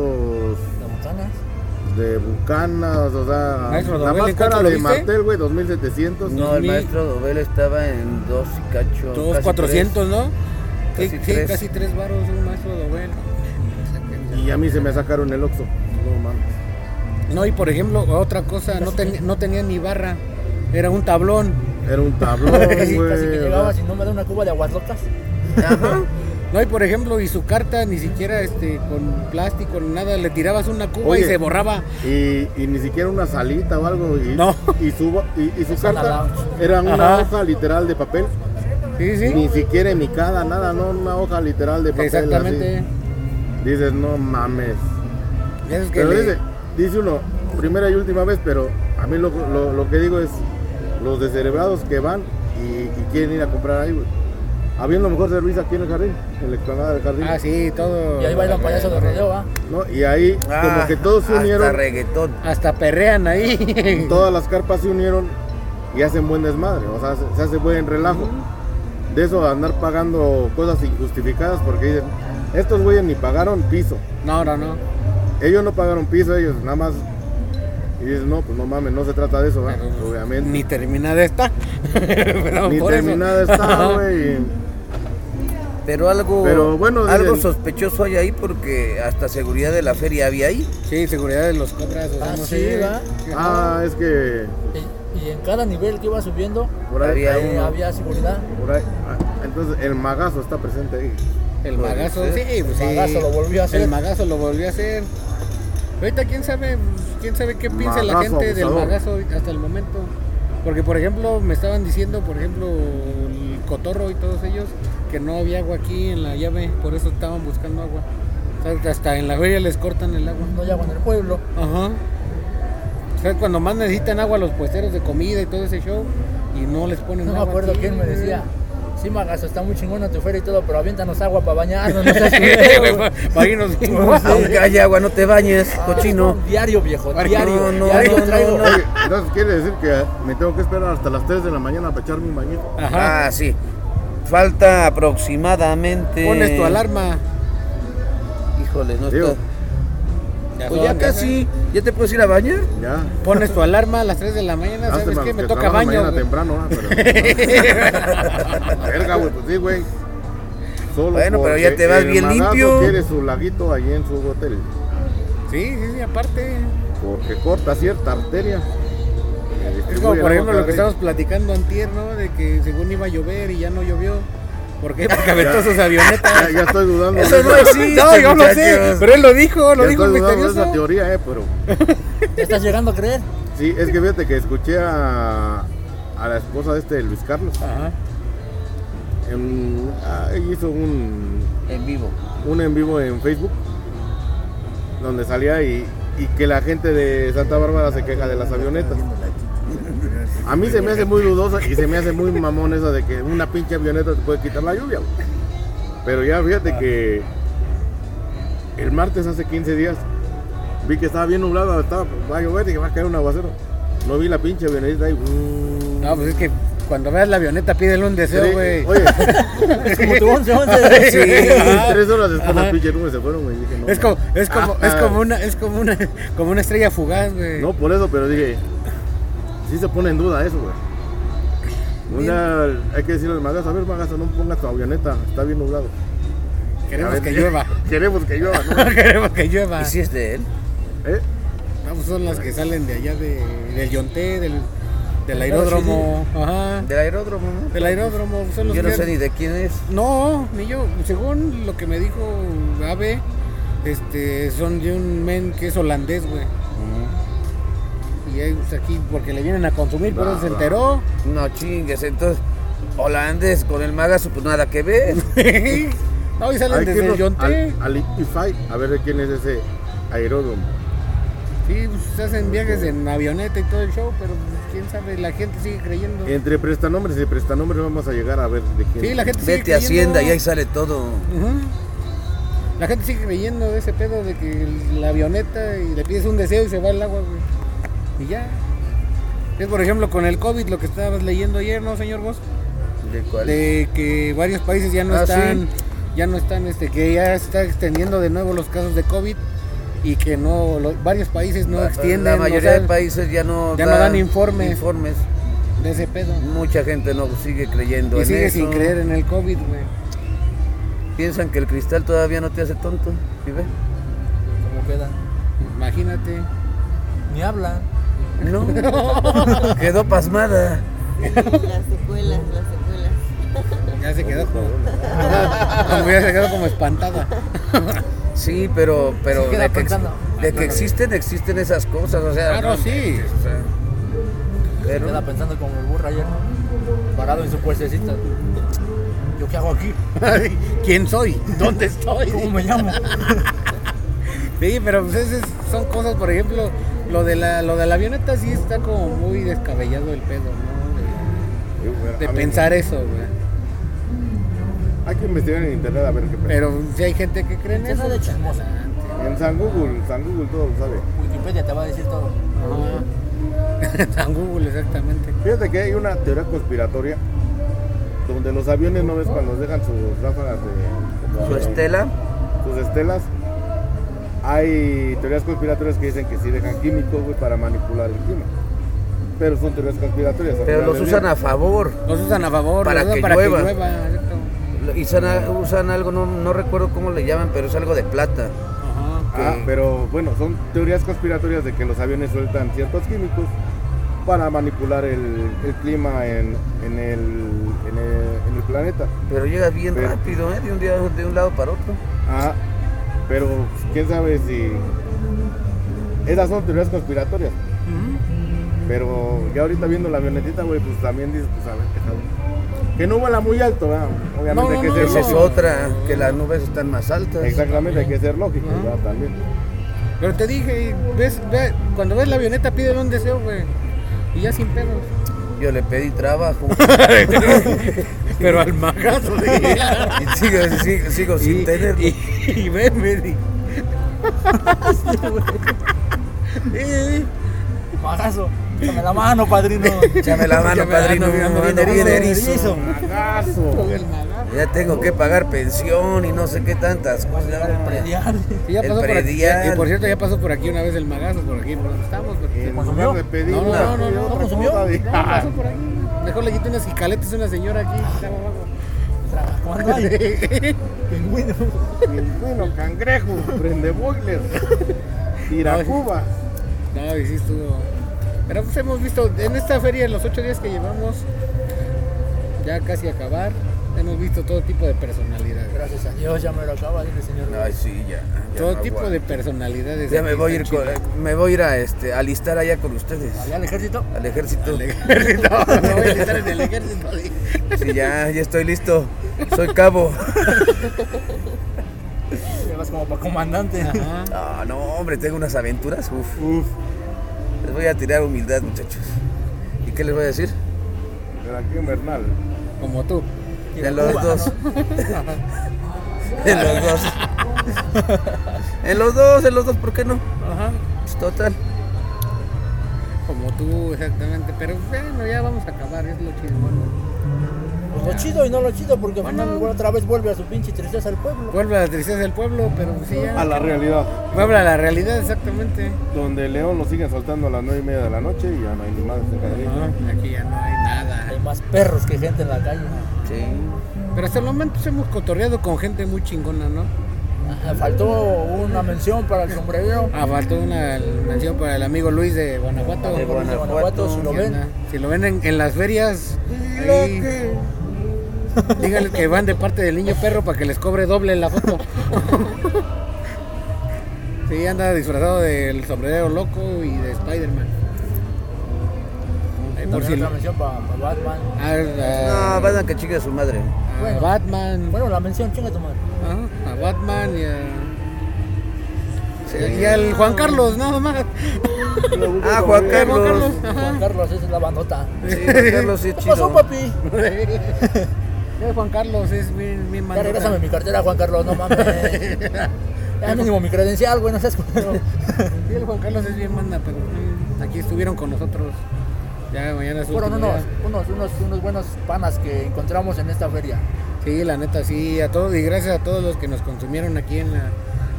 Speaker 2: La botana.
Speaker 3: de bucanas, o sea,
Speaker 1: Maestro,
Speaker 3: la
Speaker 1: Don
Speaker 3: más
Speaker 1: Beli,
Speaker 3: cara
Speaker 1: ¿cuánto
Speaker 3: de
Speaker 1: lo viste?
Speaker 3: Martel, güey, 2700.
Speaker 4: No, el
Speaker 1: Ni-
Speaker 4: maestro Dobel estaba en dos y cacho.
Speaker 1: Todos
Speaker 4: casi
Speaker 1: 400, ¿no? Sí,
Speaker 4: Casi
Speaker 1: sí,
Speaker 4: tres.
Speaker 1: casi tres varos un maestro dobel.
Speaker 3: Y a mí se me sacaron el Oxxo. No mames.
Speaker 1: No, y por ejemplo, otra cosa, no, ten- no tenía ni barra. Era un tablón.
Speaker 3: Era un tablón,
Speaker 2: Casi,
Speaker 3: güey.
Speaker 2: casi que
Speaker 3: o
Speaker 2: llegabas
Speaker 3: sea,
Speaker 2: y no me da una cuba de aguatlocas.
Speaker 4: tres. Ajá.
Speaker 1: No, y por ejemplo, y su carta ni siquiera este con plástico ni nada, le tirabas una cuba y
Speaker 3: Oye.
Speaker 1: se borraba.
Speaker 3: Y, y ni siquiera una salita o algo. Y,
Speaker 1: No.
Speaker 3: y, su, y, y su
Speaker 2: Esa
Speaker 3: carta
Speaker 2: la-
Speaker 3: era una
Speaker 1: Ajá.
Speaker 3: hoja literal de papel.
Speaker 1: Sí, sí.
Speaker 3: Ni siquiera emicada, nada, no una hoja literal de papel. así.
Speaker 1: Exactamente.
Speaker 3: Dices, no mames.
Speaker 1: Ya ves que
Speaker 3: Pero
Speaker 1: le-
Speaker 3: dice, dice uno, primera y última vez, pero a mí lo, lo- lo que digo es los descerebrados que van y, y quieren ir a comprar ahí, güey. Habiendo mejor servicio aquí en el jardín, en la explanada del jardín.
Speaker 1: Ah, sí, todo.
Speaker 2: Y ahí bailan payaso de rodeo, ¿ah?
Speaker 3: ¿no? Y ahí, como
Speaker 4: Ah,
Speaker 3: que todos se
Speaker 4: Hasta
Speaker 3: unieron,
Speaker 4: reggaetón.
Speaker 1: Hasta perrean ahí.
Speaker 3: todas las carpas se unieron y hacen buen desmadre, o sea, se, se hace buen relajo. De eso, andar pagando cosas injustificadas, porque dicen, estos güeyes ni pagaron piso.
Speaker 1: No, no, no.
Speaker 3: Ellos no pagaron piso, ellos nada más. Y dices, no, pues no mames, no se trata de eso, ¿verdad?
Speaker 1: Pero,
Speaker 3: obviamente.
Speaker 1: Ni terminada está. Pero
Speaker 3: Ni
Speaker 1: por eso.
Speaker 3: terminada está, güey.
Speaker 4: Pero algo,
Speaker 3: Pero bueno,
Speaker 4: algo
Speaker 3: dicen-
Speaker 4: sospechoso hay ahí porque hasta seguridad de la feria había ahí.
Speaker 1: Sí, seguridad de los compras. o sea,
Speaker 2: Ah,
Speaker 1: no
Speaker 2: sí,
Speaker 1: sé.
Speaker 2: ¿verdad?
Speaker 3: Ah, es que
Speaker 2: Y, y en cada nivel que iba subiendo,
Speaker 3: por ahí,
Speaker 4: Había
Speaker 3: hay
Speaker 2: eh,
Speaker 3: uno,
Speaker 2: había seguridad.
Speaker 3: por ahí- ah, Entonces el magazo está presente ahí.
Speaker 1: El magazo,
Speaker 4: Puede
Speaker 1: sí,
Speaker 4: ser.
Speaker 1: pues sí.
Speaker 2: El magazo lo volvió a hacer.
Speaker 1: El magazo lo volvió a hacer. Ahorita quién sabe, quién sabe qué piensa la
Speaker 3: Magazo,
Speaker 1: gente del
Speaker 3: abusador.
Speaker 1: magazo hasta el momento. Porque por ejemplo, me estaban diciendo, por ejemplo, el cotorro y todos ellos, que no había agua aquí en la llave, por eso estaban buscando agua. O sea, que hasta en la feria les cortan el agua.
Speaker 2: No hay agua en el pueblo.
Speaker 1: Ajá. O sea, cuando más necesitan agua los puesteros de comida y todo ese show, y no les ponen
Speaker 2: No me
Speaker 1: agua
Speaker 2: acuerdo
Speaker 1: aquí,
Speaker 2: quién me
Speaker 1: güey.
Speaker 2: decía. Sí, Magazo, está muy chingona tu feria y todo, pero aviéntanos agua para bañarnos. No seas
Speaker 1: Sí,
Speaker 2: culero,
Speaker 1: güey,
Speaker 2: güey.
Speaker 1: pa- pa' irnos sin agua.
Speaker 4: Aunque hay agua, no te bañes,
Speaker 1: Ah,
Speaker 4: cochino.
Speaker 2: Diario, viejo,
Speaker 1: Ay,
Speaker 2: diario.
Speaker 4: no, no,
Speaker 2: diario
Speaker 4: no, no,
Speaker 2: traigo.
Speaker 4: no.
Speaker 3: Oye, entonces quiere decir que me tengo que esperar hasta las 3 de la mañana para echarme un bañito.
Speaker 1: Ajá.
Speaker 4: Ah, sí. Falta aproximadamente.
Speaker 1: Pones tu alarma.
Speaker 4: Híjole, no
Speaker 3: Digo.
Speaker 4: está. Pues ya
Speaker 1: son,
Speaker 4: casi. ¿Ya te puedes ir a bañar?
Speaker 3: Ya.
Speaker 1: Pones tu alarma a las 3 de la mañana, ¿sabes
Speaker 3: Lástima
Speaker 1: qué? Me
Speaker 3: que
Speaker 1: toca
Speaker 3: trabajo
Speaker 1: baño.
Speaker 3: mañana
Speaker 1: güey.
Speaker 3: temprano, ah, pero. Verga, güey, pues sí, güey. Solo
Speaker 4: Bueno, pero ya
Speaker 3: porque
Speaker 4: te vas
Speaker 3: el
Speaker 4: bien
Speaker 3: magazo
Speaker 4: limpio.
Speaker 3: quiere su laguito ahí en su hotel.
Speaker 1: Sí, sí, sí, aparte.
Speaker 3: Porque corta cierta arteria. que
Speaker 1: Es
Speaker 3: distribuye
Speaker 1: como, por
Speaker 3: el agua
Speaker 1: ejemplo, lo
Speaker 3: cada
Speaker 1: que
Speaker 3: día.
Speaker 1: estamos platicando antier, ¿no? De que según iba a llover y ya no llovió. ¿Por qué? Porque aventó sus avionetas. Pues
Speaker 3: Ya, ya estoy dudando.
Speaker 4: Eso no existe.
Speaker 1: No, yo lo sé,
Speaker 4: muchachos.
Speaker 1: pero él lo dijo, lo
Speaker 3: ya
Speaker 1: dijo
Speaker 3: estoy
Speaker 1: el
Speaker 3: dudando de esa
Speaker 1: misterioso.
Speaker 3: teoría, eh, pero.
Speaker 2: ¿Te estás llegando a creer?
Speaker 3: Sí, es que fíjate que escuché a, a la esposa de este Luis Carlos.
Speaker 1: Ajá.
Speaker 3: en- ah, hizo un,
Speaker 4: En vivo.
Speaker 3: un en vivo en Facebook donde salía y, y que la gente de Santa Bárbara se queja de las avionetas. A mí se me hace muy dudosa y se me hace muy mamón eso de que una pinche avioneta te puede quitar la lluvia. güey. Pero ya fíjate que el martes hace 15 días vi que estaba bien nublado, estaba, va a llover y va a caer un aguacero. No vi la pinche avioneta y...
Speaker 1: No, pues es que cuando veas la avioneta pídele un deseo, güey.
Speaker 3: Oye,
Speaker 2: Es como tu 11-11.
Speaker 3: tres horas después
Speaker 1: Ajá.
Speaker 3: las pinches nubes se fueron, güey. Dije, no,
Speaker 1: Es como, es como, es
Speaker 3: Ah,
Speaker 1: como una, es como una, como una estrella fugaz, güey.
Speaker 3: No, por eso, pero dije, sí se pone en duda eso, güey. Una, hay que decirle al magazo, a ver, magazo, no pongas tu avioneta, está bien nublado. A
Speaker 1: Queremos
Speaker 3: ver,
Speaker 1: que llueva.
Speaker 3: Queremos que llueva, ¿no?
Speaker 1: Queremos que llueva.
Speaker 4: ¿Y si es de él?
Speaker 3: ¿Eh?
Speaker 1: No, pues son las que salen de allá de, del Yonté, del, del
Speaker 4: Ah,
Speaker 1: aeródromo. Ajá.
Speaker 4: Del aeródromo, ¿no?
Speaker 1: Del aeródromo. Son los
Speaker 4: Yo no
Speaker 1: que-
Speaker 4: sé ni de quién es.
Speaker 1: No, ni yo. Según lo que me dijo Abe, este, son de un men que es holandés, güey. Y ahí, pues, aquí, porque le vienen a consumir, por eso se
Speaker 3: Nada.
Speaker 1: enteró.
Speaker 4: No chingues, entonces. Holandés con el magazo, pues nada que ver.
Speaker 1: no, y salen
Speaker 3: Hay que
Speaker 1: desde el
Speaker 3: irnos
Speaker 1: Yonté.
Speaker 3: al, al Ipify, a ver de quién es ese aeródromo.
Speaker 1: Sí, pues se hacen viajes en avioneta y todo el show, pero pues, quién sabe, la gente sigue creyendo.
Speaker 3: Entre prestanombres y prestanombres vamos a llegar a ver de quién
Speaker 1: Sí, la gente sigue
Speaker 4: Vete a
Speaker 1: creyendo.
Speaker 4: Hacienda y ahí sale todo.
Speaker 1: Ujú. La gente sigue creyendo de ese pedo de que el- la avioneta y le pides un deseo y se va el agua, güey. Y ya. Es por ejemplo con el COVID lo que estabas leyendo ayer, ¿no, señor Vos?
Speaker 4: ¿De cuál?
Speaker 1: De que varios países ya no
Speaker 4: Ah,
Speaker 1: están, ya no están, este, que ya se está extendiendo de nuevo los casos de COVID y que no, lo- varios países no
Speaker 4: La-
Speaker 1: extienden
Speaker 4: La mayoría
Speaker 1: o sea,
Speaker 4: de países ya no,
Speaker 1: ya no dan informes.
Speaker 4: informes.
Speaker 1: de ese pedo.
Speaker 4: Mucha gente no sigue creyendo
Speaker 1: Y
Speaker 4: en
Speaker 1: sigue
Speaker 4: eso.
Speaker 1: sin creer en el COVID, güey.
Speaker 4: Piensan que el cristal todavía no te hace tonto. ¿sí ve?
Speaker 2: ¿Cómo queda?
Speaker 1: Imagínate.
Speaker 2: Ni hablan.
Speaker 4: No. Quedó pasmada.
Speaker 5: Sí, las secuelas, las secuelas.
Speaker 1: Ya se quedó como, como ya se quedó como espantada.
Speaker 4: Sí, pero, pero
Speaker 2: Se queda
Speaker 4: de, que, ex-
Speaker 2: pensando.
Speaker 4: de que existen, existen esas cosas. O sea,
Speaker 1: Claro, sí.
Speaker 4: o sea,
Speaker 2: Me
Speaker 4: pero
Speaker 2: Queda pensando como el burro ayer, parado en su puestecito. ¿Yo qué hago aquí?
Speaker 1: ¿Quién soy? ¿Dónde estoy?
Speaker 2: ¿Cómo me llamo?
Speaker 1: Sí, pero pues esas son cosas, por ejemplo, lo de la, lo de la avioneta sí está como muy descabellado el pedo, ¿no? De- De,
Speaker 3: A mí-
Speaker 1: pensar eso, güey.
Speaker 3: Hay que investigar en internet a ver qué pasa.
Speaker 1: Pero si hay gente que cree en
Speaker 2: Eso
Speaker 1: eso.
Speaker 2: de chismosa.
Speaker 1: Eh.
Speaker 3: En San Google, en San Google todo lo sabe.
Speaker 2: Wikipedia te va a decir todo.
Speaker 1: Ajá. San Google, exactamente.
Speaker 3: Fíjate que hay una teoría conspiratoria donde los aviones no ves cuando dejan sus ráfagas de
Speaker 4: su estela,
Speaker 3: sus estelas. Hay teorías conspiratorias que dicen que sí dejan químicos güey, para manipular el clima. Pero son teorías conspiratorias. al
Speaker 4: pero
Speaker 3: final
Speaker 4: los
Speaker 3: del
Speaker 4: usan
Speaker 3: día.
Speaker 4: a favor.
Speaker 1: Los usan a favor,
Speaker 4: Para
Speaker 1: los usan
Speaker 4: que
Speaker 1: para
Speaker 4: llueva.
Speaker 1: que llueva. exacto.
Speaker 4: Y usan, a- usan algo, no, no recuerdo cómo le llaman, pero es algo de plata.
Speaker 1: Ajá.
Speaker 3: Ah, pero bueno, son teorías conspiratorias de que los aviones sueltan ciertos químicos para manipular el, el clima en, en el, en el- en el planeta.
Speaker 4: Pero llegas bien
Speaker 3: Pero-
Speaker 4: rápido, ¿eh? De un, día, de un lado para otro.
Speaker 3: Ajá. Ah, Pero quién sabe si. Esas son teorías conspiratorias. Pero ya ahorita viendo la avionetita, güey, pues también dices, pues a ver qué tal. Que no vuela muy alto, ¿verdad? Obviamente
Speaker 2: No, no,
Speaker 3: hay que
Speaker 2: no,
Speaker 3: ser
Speaker 4: Esa es
Speaker 3: lógico.
Speaker 4: otra, que las nubes están más altas.
Speaker 3: Exactamente, hay que ser lógico,
Speaker 1: Ajá.
Speaker 3: ¿verdad? También.
Speaker 1: Pero te dije, ves, ve- cuando ves la avioneta pídele un deseo, güey. Y ya sin pedos.
Speaker 4: Yo le pedí trabajo
Speaker 1: Pero al magazo de
Speaker 4: y sigo, sigo- sigo sin tenerlo.
Speaker 1: Y, y ve, me di. Sí,
Speaker 2: Magazo. Dame la mano, padrino.
Speaker 4: Échame la mano,
Speaker 1: Échame la
Speaker 4: padrino.
Speaker 1: mano,
Speaker 4: Ando
Speaker 1: ando bien
Speaker 4: bien
Speaker 2: erizo.
Speaker 4: erizo.
Speaker 3: Magazo.
Speaker 4: Ya tengo que pagar pensión y no sé qué tantas cosas. Ya
Speaker 2: Para
Speaker 4: vamos para allá.
Speaker 2: prediar.
Speaker 1: sí, ya
Speaker 4: El
Speaker 1: pasó por aquí.
Speaker 4: predial.
Speaker 1: Y por cierto, ya pasó por aquí una vez el magazo, por aquí, por donde estamos. porque-
Speaker 3: En
Speaker 2: consumió?
Speaker 3: lugar de pedir
Speaker 1: No, no,
Speaker 3: una-
Speaker 1: no, no, no,
Speaker 3: otra
Speaker 1: no
Speaker 2: consumió.
Speaker 3: cosa de- ¡Ah!
Speaker 1: No, pasó por aquí. Mejor le quité unas cicaletas a una señora aquí. que estaba abajo.
Speaker 2: Tra- ¿Cuándo hay? Pingüino.
Speaker 3: Pingüino, cangrejo, prende boiler, tiracuba.
Speaker 1: No, y sí estuvo. Pero pues hemos visto, en esta feria, en los ocho días que llevamos, ya casi a acabar, hemos visto todo tipo de personalidades.
Speaker 2: Gracias a Dios, ya me lo acaba, dile, señor.
Speaker 4: Ay, sí, ya. ya
Speaker 1: Todo
Speaker 4: no
Speaker 1: tipo de
Speaker 4: aguanto.
Speaker 1: personalidades.
Speaker 4: Ya me
Speaker 1: aquí
Speaker 4: voy a ir,
Speaker 1: están
Speaker 4: con- me voy a, ir a, este, a alistar allá con ustedes.
Speaker 2: Allá al ejército.
Speaker 4: Al ejército.
Speaker 1: chidas. No, me voy a quitar en el ejército.
Speaker 4: Sí, ya, ya estoy listo. Soy cabo.
Speaker 2: Te vas como para comandante.
Speaker 1: Ajá.
Speaker 4: Ah, no, hombre, tengo unas aventuras. Uf.
Speaker 3: Uf,
Speaker 4: Les voy a tirar humildad, muchachos. ¿Y qué les voy a decir?
Speaker 3: pero aquí en Bernal.
Speaker 1: Como tú.
Speaker 4: De los dos. de los dos. en los dos, en los dos, ¿por qué no?
Speaker 1: Ajá.
Speaker 4: Pues, total.
Speaker 1: Como tú, exactamente. Pero bueno, ya vamos a acabar, es lo chido.
Speaker 2: Pues lo chido y no lo chido, porque al final
Speaker 1: Bueno.
Speaker 2: igual otra vez vuelve a su pinche tristeza al pueblo.
Speaker 1: Vuelve a la tristeza del pueblo, pero pues sí ya.
Speaker 3: A la realidad,
Speaker 1: Vuelve a la realidad, exactamente.
Speaker 3: donde León lo siguen soltando a las 9 y media de la noche y ya no hay ni más de
Speaker 1: Ajá. Aquí ya no hay nada.
Speaker 2: Hay más perros que gente en la calle.
Speaker 4: Sí.
Speaker 1: Pero hasta el momento pues, hemos cotorreado con gente muy chingona, ¿no?
Speaker 2: Ajá, Faltó una mención para el sombrerero.
Speaker 1: Ah, faltó una mención para el amigo Luis de Guanajuato.
Speaker 4: De Guanajuato.
Speaker 2: si lo
Speaker 1: Que
Speaker 2: ven.
Speaker 1: anda- Si lo ven en, en las ferias, ahí, díganle que van de parte del niño perro para que les cobre doble la foto. sí, anda disfrazado del sombrerero loco y de Spider-Man. Ahí por si
Speaker 2: También
Speaker 1: lo-
Speaker 2: otra mención para Batman.
Speaker 1: Ah,
Speaker 4: No,
Speaker 1: ah,
Speaker 4: van a que chique a su madre.
Speaker 1: a
Speaker 2: Bueno.
Speaker 1: Batman.
Speaker 2: Bueno, la mención, chinga tu madre.
Speaker 1: Ajá, a Batman y a... Y al Juan Carlos, nada más.
Speaker 4: Ah, Juan Carlos.
Speaker 1: Juan
Speaker 2: Juan Carlos, esa es la bandota.
Speaker 4: Sí, Juan Carlos sí es
Speaker 2: ¿Qué
Speaker 4: chido.
Speaker 2: pasó, papi?
Speaker 1: Eh, Juan Carlos es bien, bien
Speaker 2: Ya
Speaker 1: mandota.
Speaker 2: regresame mi cartera, Juan Carlos, no mames. Ya mínimo mi credencial, güey, no seas culero.
Speaker 1: Sí, el Juan Carlos es bien manda, pero mm, aquí estuvieron con nosotros. Ya mañana es su
Speaker 2: Fueron
Speaker 1: último
Speaker 2: unos,
Speaker 1: día.
Speaker 2: unos, unos, unos buenos panas que encontramos en esta feria.
Speaker 1: Sí, la neta, sí, a todos y gracias a todos los que nos consumieron aquí en la,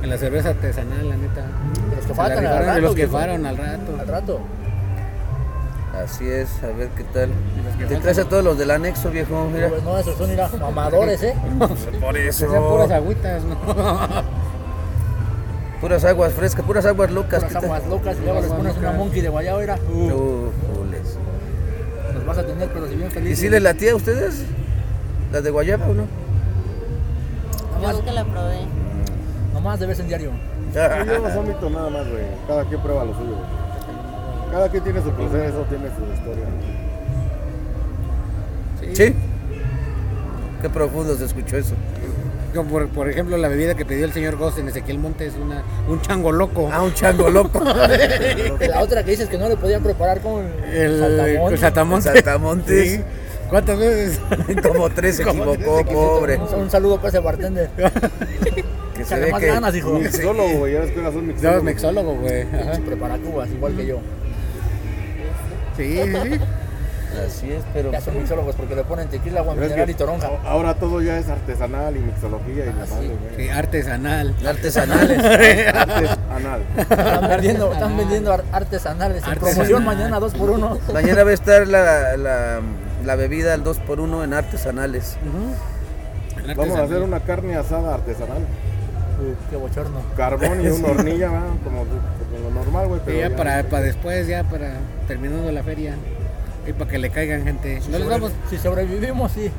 Speaker 1: en la cerveza artesanal, la neta.
Speaker 2: De los que
Speaker 1: Se la
Speaker 2: faltan, al
Speaker 1: rifaron,
Speaker 2: rato,
Speaker 1: de los que
Speaker 2: viejo.
Speaker 1: fueron al rato.
Speaker 2: Al rato.
Speaker 4: Así es, a ver qué tal.
Speaker 1: los que
Speaker 4: Te
Speaker 1: faltan.
Speaker 4: traes a todos los del anexo, viejo. Mira.
Speaker 2: Pues no, esos son mira, mamadores, ¿eh?
Speaker 4: Por
Speaker 1: Que sean puras agüitas, ¿no?
Speaker 4: Puras aguas frescas, puras aguas locas.
Speaker 2: Las
Speaker 4: ¿qué tal?
Speaker 2: aguas locas y luego les
Speaker 1: Aguas
Speaker 2: pones una
Speaker 1: locas.
Speaker 2: monkey de guayaba, era.
Speaker 4: Uh, jules.
Speaker 2: Los vas a tener, pero si bien feliz.
Speaker 4: ¿Y si les latía a ustedes? ¿Las de Guayaba o no?
Speaker 5: Yo nunca la probé.
Speaker 2: Nomás de vez en diario.
Speaker 3: Yo no soy mito nada más, güey. Cada quien prueba lo suyo. güey. Cada quien tiene su proceso, tiene su historia.
Speaker 4: ¿Sí? Qué profundo se escuchó eso.
Speaker 1: Como por, por ejemplo, la bebida que pidió el señor Goss en Ezequiel Monte es una, un chango loco.
Speaker 4: Ah, un chango loco.
Speaker 2: La otra que dices que no le podían preparar con
Speaker 1: el
Speaker 2: saltamontes.
Speaker 1: el saltamonte.
Speaker 4: Saltamontes.
Speaker 1: Sí. ¿Cuántas veces?
Speaker 4: Como tres se equivocó, pobre.
Speaker 2: Un, un saludo para ese bartender.
Speaker 4: Que se
Speaker 2: Échale
Speaker 4: ve
Speaker 2: más
Speaker 4: que-
Speaker 2: ganas, hijo.
Speaker 4: Sí.
Speaker 3: Solo, güey. Ya ves que ahora son
Speaker 1: Yo
Speaker 3: mixólogos.
Speaker 1: mexólogo, güey. Ajá.
Speaker 2: Pinche preparacubas, igual que yo.
Speaker 1: Sí, sí, sí.
Speaker 4: Así es, pero.
Speaker 2: Ya son mixólogos porque le ponen tequila, agua
Speaker 3: Pero es
Speaker 2: mineral
Speaker 3: que
Speaker 2: y toronja.
Speaker 3: Ahora todo ya es artesanal y mixología y la
Speaker 2: sí.
Speaker 3: madre, güey.
Speaker 1: Sí, artesanal.
Speaker 4: Artesanales.
Speaker 3: Artesanal.
Speaker 2: Están vendiendo, están vendiendo ar- artesanales. En
Speaker 1: Artesanal.
Speaker 2: promoción mañana 2 por 1
Speaker 4: Mañana va a estar la, la- la bebida al 2x1 en artesanales.
Speaker 1: Ujú.
Speaker 3: Vamos a hacer una carne asada artesanal.
Speaker 2: Qué bochorno.
Speaker 3: Carbón y una hornilla, ¿verdad? Como, como lo normal, güey.
Speaker 1: Y
Speaker 3: pero
Speaker 1: ya
Speaker 3: ya-
Speaker 1: para, para después, ya para terminando la feria. Y para que le caigan gente. No les vamos.
Speaker 2: Si sobrevivimos, sí.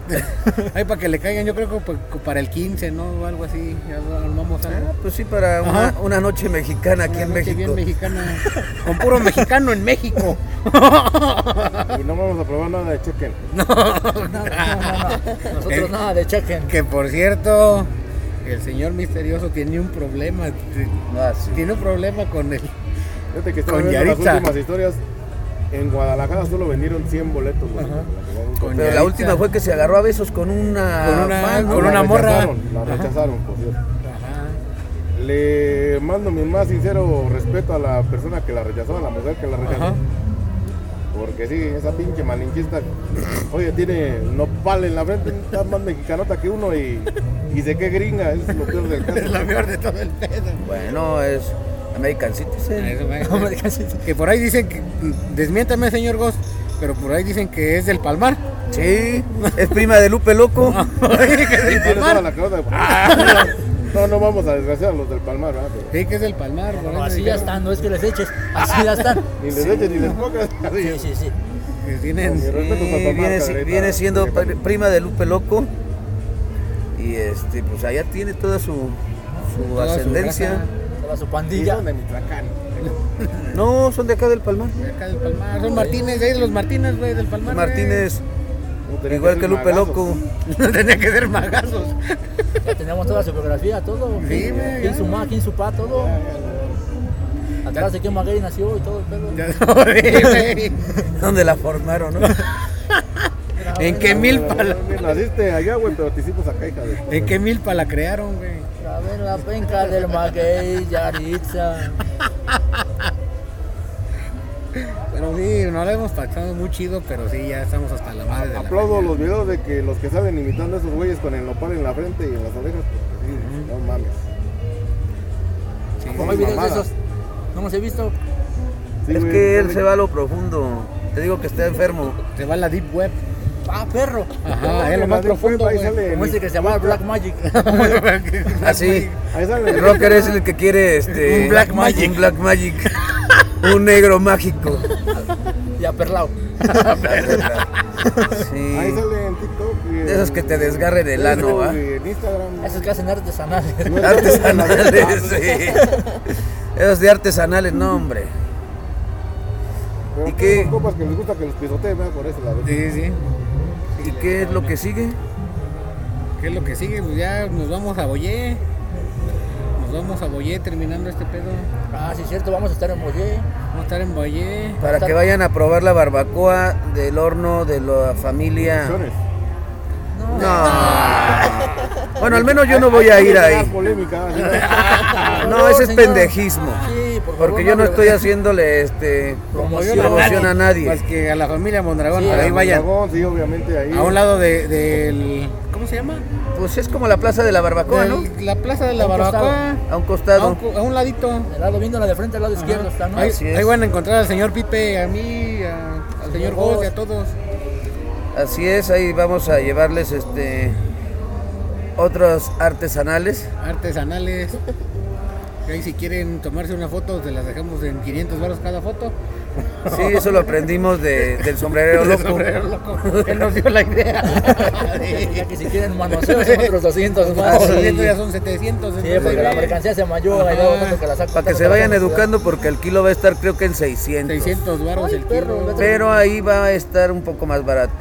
Speaker 1: Ay, para que le caigan, yo creo que pa- para el 15, ¿no? O algo así. Ya armamos algo.
Speaker 4: Ah, pues sí, para una,
Speaker 1: Ajá.
Speaker 4: una noche mexicana aquí
Speaker 1: ¿Eh? Una
Speaker 4: en
Speaker 1: noche
Speaker 4: México.
Speaker 1: bien mexicana. Con puro mexicano en México.
Speaker 3: Y no vamos a probar nada de chicken.
Speaker 2: Nosotros nada de chequen.
Speaker 1: Que por cierto, el señor misterioso tiene un problema. t-
Speaker 4: Ah, sí.
Speaker 1: Tiene un problema con el.
Speaker 3: Fíjate que estaba
Speaker 1: Con
Speaker 3: viendo las
Speaker 1: Yaritza.
Speaker 3: últimas historias. En Guadalajara solo vendieron 100 boletos, güey.
Speaker 1: Con
Speaker 4: Pero
Speaker 1: Yaritza.
Speaker 4: la última fue que se agarró a besos con una,
Speaker 1: Con una-
Speaker 4: fan, ¿no?
Speaker 1: con una
Speaker 3: Ah, La
Speaker 1: morra.
Speaker 3: rechazaron, La
Speaker 1: Ajá.
Speaker 3: rechazaron, por cierto.
Speaker 1: Ajá.
Speaker 3: Le mando mi más sincero respeto a la persona que la rechazó, a la mujer que la rechazó.
Speaker 1: Ajá.
Speaker 3: Porque sí, esa pinche malinchista, oye, tiene nopal en la frente, está más mexicanota que uno y, y de qué gringa, es lo peor del caso.
Speaker 1: Es la peor de todo el pedo.
Speaker 4: Bueno, es American Citizen.
Speaker 1: Eso va a ser. Que por ahí dicen que. Desmiéntame, señor Goss. Pero por ahí dicen que es del Palmar.
Speaker 4: Sí, es prima de Lupe Loco.
Speaker 1: que es
Speaker 3: Y
Speaker 1: del
Speaker 3: tiene toda
Speaker 1: Palmar. Ah.
Speaker 3: la cabeza de- No, no vamos a desgraciar a los del Palmar, ¿verdad? Pero
Speaker 1: Sí, que es del Palmar. por
Speaker 2: No,
Speaker 1: eso
Speaker 2: así ya
Speaker 1: dijeron
Speaker 2: están, no es que les eches. Así ya están.
Speaker 3: Ni les echen ni les pongas.
Speaker 2: Sí, sí, sí.
Speaker 1: Que tienen.
Speaker 3: Con mi respeto para
Speaker 4: Sí,
Speaker 3: Palmar,
Speaker 4: viene, si-
Speaker 3: Cadereyta.
Speaker 4: viene siendo
Speaker 3: Sí,
Speaker 4: pa-
Speaker 3: Palmar.
Speaker 4: prima de Lupe Loco. Y este, pues allá tiene toda su, su
Speaker 1: Toda su
Speaker 4: ascendencia.
Speaker 1: raza.
Speaker 2: Toda su
Speaker 3: Y
Speaker 2: pandilla.
Speaker 3: son de Michoacán.
Speaker 4: no, son de acá del Palmar.
Speaker 1: de acá del Palmar. Son Martínez, de ahí los Martínez, güey, del Palmar. güey.
Speaker 4: Martínez,
Speaker 3: No, tenía
Speaker 4: igual
Speaker 3: ser
Speaker 4: que Lupe
Speaker 3: magazos.
Speaker 4: Loco.
Speaker 1: Tenía que ser magazos.
Speaker 2: Ya tenemos toda su biografía, todo.
Speaker 1: Sí, güey,
Speaker 2: ¿Quién
Speaker 1: ya.
Speaker 2: su ma, quién su pa, todo. Atrás de quién Maguey nació y todo el pedo.
Speaker 1: Ya sabes, güey.
Speaker 4: donde la formaron, ¿no?
Speaker 1: ¿En qué
Speaker 3: Pero,
Speaker 1: milpa la,
Speaker 3: güey, Naciste allá, güey, pero te hicimos acá, hija de...
Speaker 1: en qué milpa la crearon, güey?
Speaker 2: A ver, la penca del Maguey, Yaritza.
Speaker 1: Pero sí, no la hemos pasado muy chido, pero sí, ya estamos hasta la madre de la
Speaker 3: Aplaudo
Speaker 1: feria.
Speaker 3: los videos de que los que salen imitando a esos güeyes con el nopal en la frente y en las orejas, porque sí, no mames.
Speaker 1: Sí,
Speaker 2: No
Speaker 1: sí,
Speaker 2: hay videos de
Speaker 3: mamadas.
Speaker 2: esos. No los he visto.
Speaker 3: Sí,
Speaker 4: es
Speaker 3: güey,
Speaker 4: que él
Speaker 3: sale-
Speaker 4: se va a lo profundo. Te digo que está enfermo.
Speaker 1: Se va a la deep web.
Speaker 2: Ah, perro.
Speaker 1: Ajá, es
Speaker 3: en
Speaker 1: lo
Speaker 3: la
Speaker 1: más
Speaker 3: Deep Web,
Speaker 1: profundo,
Speaker 3: ahí
Speaker 1: güey.
Speaker 3: sale
Speaker 2: Como
Speaker 3: el-
Speaker 2: ese que se llama Black Magic.
Speaker 4: Así.
Speaker 3: Ahí sale
Speaker 4: El
Speaker 3: el-
Speaker 4: rocker es el que quiere este.
Speaker 1: Un Black Magic.
Speaker 4: Un Black Magic. Un negro mágico.
Speaker 2: Y a Perlao.
Speaker 3: Ahí
Speaker 4: Sí.
Speaker 3: sale en TikTok. y en-
Speaker 4: De esos que te desgarren el
Speaker 3: Facebook
Speaker 4: ano, ¿ah?
Speaker 3: y En Instagram.
Speaker 2: Esos que hacen artesanales.
Speaker 3: No es-
Speaker 4: Artesanales, sí. Esos de artesanales, no, hombre.
Speaker 3: Pero
Speaker 4: ¿Y qué?
Speaker 3: son copas que les gusta que los pisoteen, ¿verdad? Por eso la verdad.
Speaker 1: Sí, sí.
Speaker 4: ¿Y qué es lo que sigue?
Speaker 1: ¿Qué es lo que sigue? Pues ya nos vamos a Boyé. Nos vamos a Boyé terminando este pedo.
Speaker 2: Ah, sí, es cierto, vamos a estar en Boyé.
Speaker 1: Vamos a estar en Boyé.
Speaker 4: Para que vayan a probar la barbacoa del horno de la familia.
Speaker 3: Opciones.
Speaker 4: No. Bueno, al menos yo no voy a ir
Speaker 3: Ahí viene
Speaker 4: ahí.
Speaker 3: la polémica, ¿sí?
Speaker 4: No, ese es
Speaker 2: señor.
Speaker 4: pendejismo.
Speaker 2: Sí, por favor,
Speaker 4: Porque yo no
Speaker 2: hombre,
Speaker 4: estoy haciéndole este
Speaker 2: Promoción.
Speaker 4: promoción a
Speaker 1: Más
Speaker 4: nadie.
Speaker 1: que a la familia Mondragón,
Speaker 2: Sí,
Speaker 1: por ahí
Speaker 3: Dragón,
Speaker 1: vayan.
Speaker 3: sí, obviamente ahí.
Speaker 1: A un lado de- del. ¿Cómo se llama?
Speaker 4: Pues es como la plaza de la barbacoa, ¿no?
Speaker 1: Del- La plaza de la
Speaker 2: A un
Speaker 1: Barbacoa.
Speaker 4: A un
Speaker 1: A
Speaker 4: costado.
Speaker 1: un, a un ladito.
Speaker 2: El lado viéndola de frente, al lado izquierdo está, ¿no?
Speaker 1: Ahí,
Speaker 4: Así es.
Speaker 1: ahí van a encontrar al señor Pipe, a mí, a- al señor Goss y a todos.
Speaker 4: Así es, ahí vamos a llevarles este otros artesanales.
Speaker 1: Artesanales. Y ahí si quieren tomarse una foto, se las dejamos en 500 baros cada foto.
Speaker 4: Sí, eso lo aprendimos de- del sombrerero
Speaker 1: El
Speaker 4: loco.
Speaker 1: sombrero loco. Él nos dio la idea.
Speaker 2: Ya que si quieren manoseos son otros 200 más.
Speaker 1: Los
Speaker 4: sí.
Speaker 1: 200 ya son 700.
Speaker 2: Ah, Sí,
Speaker 1: entonces,
Speaker 2: porque la
Speaker 1: eh,
Speaker 2: mercancía se mayó,
Speaker 1: Ajá.
Speaker 2: ahí luego cuando que la saco.
Speaker 4: Para que
Speaker 2: tanto
Speaker 4: se vayan
Speaker 2: la-
Speaker 4: educando porque el kilo va a estar creo que en 600.
Speaker 1: 600 baros
Speaker 2: Ay,
Speaker 1: el
Speaker 2: perro,
Speaker 1: kilo.
Speaker 2: vete.
Speaker 4: Pero ahí va a estar un poco más barato.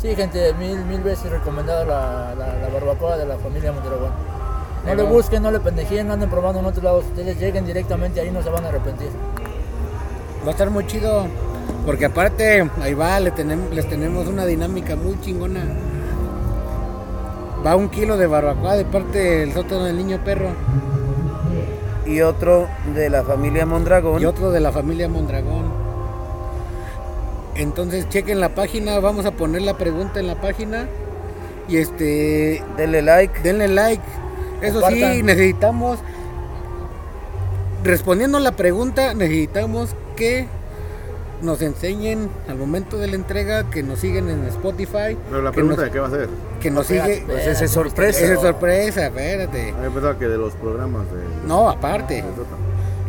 Speaker 2: Sí, gente, mil, mil veces recomendada la, la, la barbacoa de la familia Mondragón. No
Speaker 1: Ahí
Speaker 2: le
Speaker 1: va.
Speaker 2: busquen, no le pendejíen, no anden probando en otros lados. Ustedes lleguen directamente ahí, no se van a arrepentir.
Speaker 1: Va a estar muy chido. Porque aparte, ahí va, le tenemos, les tenemos una dinámica muy chingona. Va un kilo de barbacoa de parte del sótano del niño perro
Speaker 4: Y otro de la familia
Speaker 1: y
Speaker 4: Mondragón.
Speaker 1: otro de la familia Mondragón. Entonces chequen la página, vamos a poner la pregunta en la página. Y este,
Speaker 4: Denle like.
Speaker 1: denle like. Eso sí,
Speaker 2: Compartan.
Speaker 1: necesitamos. Respondiendo a la pregunta, necesitamos que nos enseñen al momento de la entrega, que nos siguen en Spotify.
Speaker 3: Pero la
Speaker 1: que
Speaker 3: pregunta
Speaker 1: nos-
Speaker 3: de qué va a ser.
Speaker 1: que nos sigue.
Speaker 4: Pues esa es sorpresa.
Speaker 1: Esa es sorpresa, espérate.
Speaker 3: A mí me pensaba que de los programas de.
Speaker 1: No, aparte.
Speaker 3: de Tota.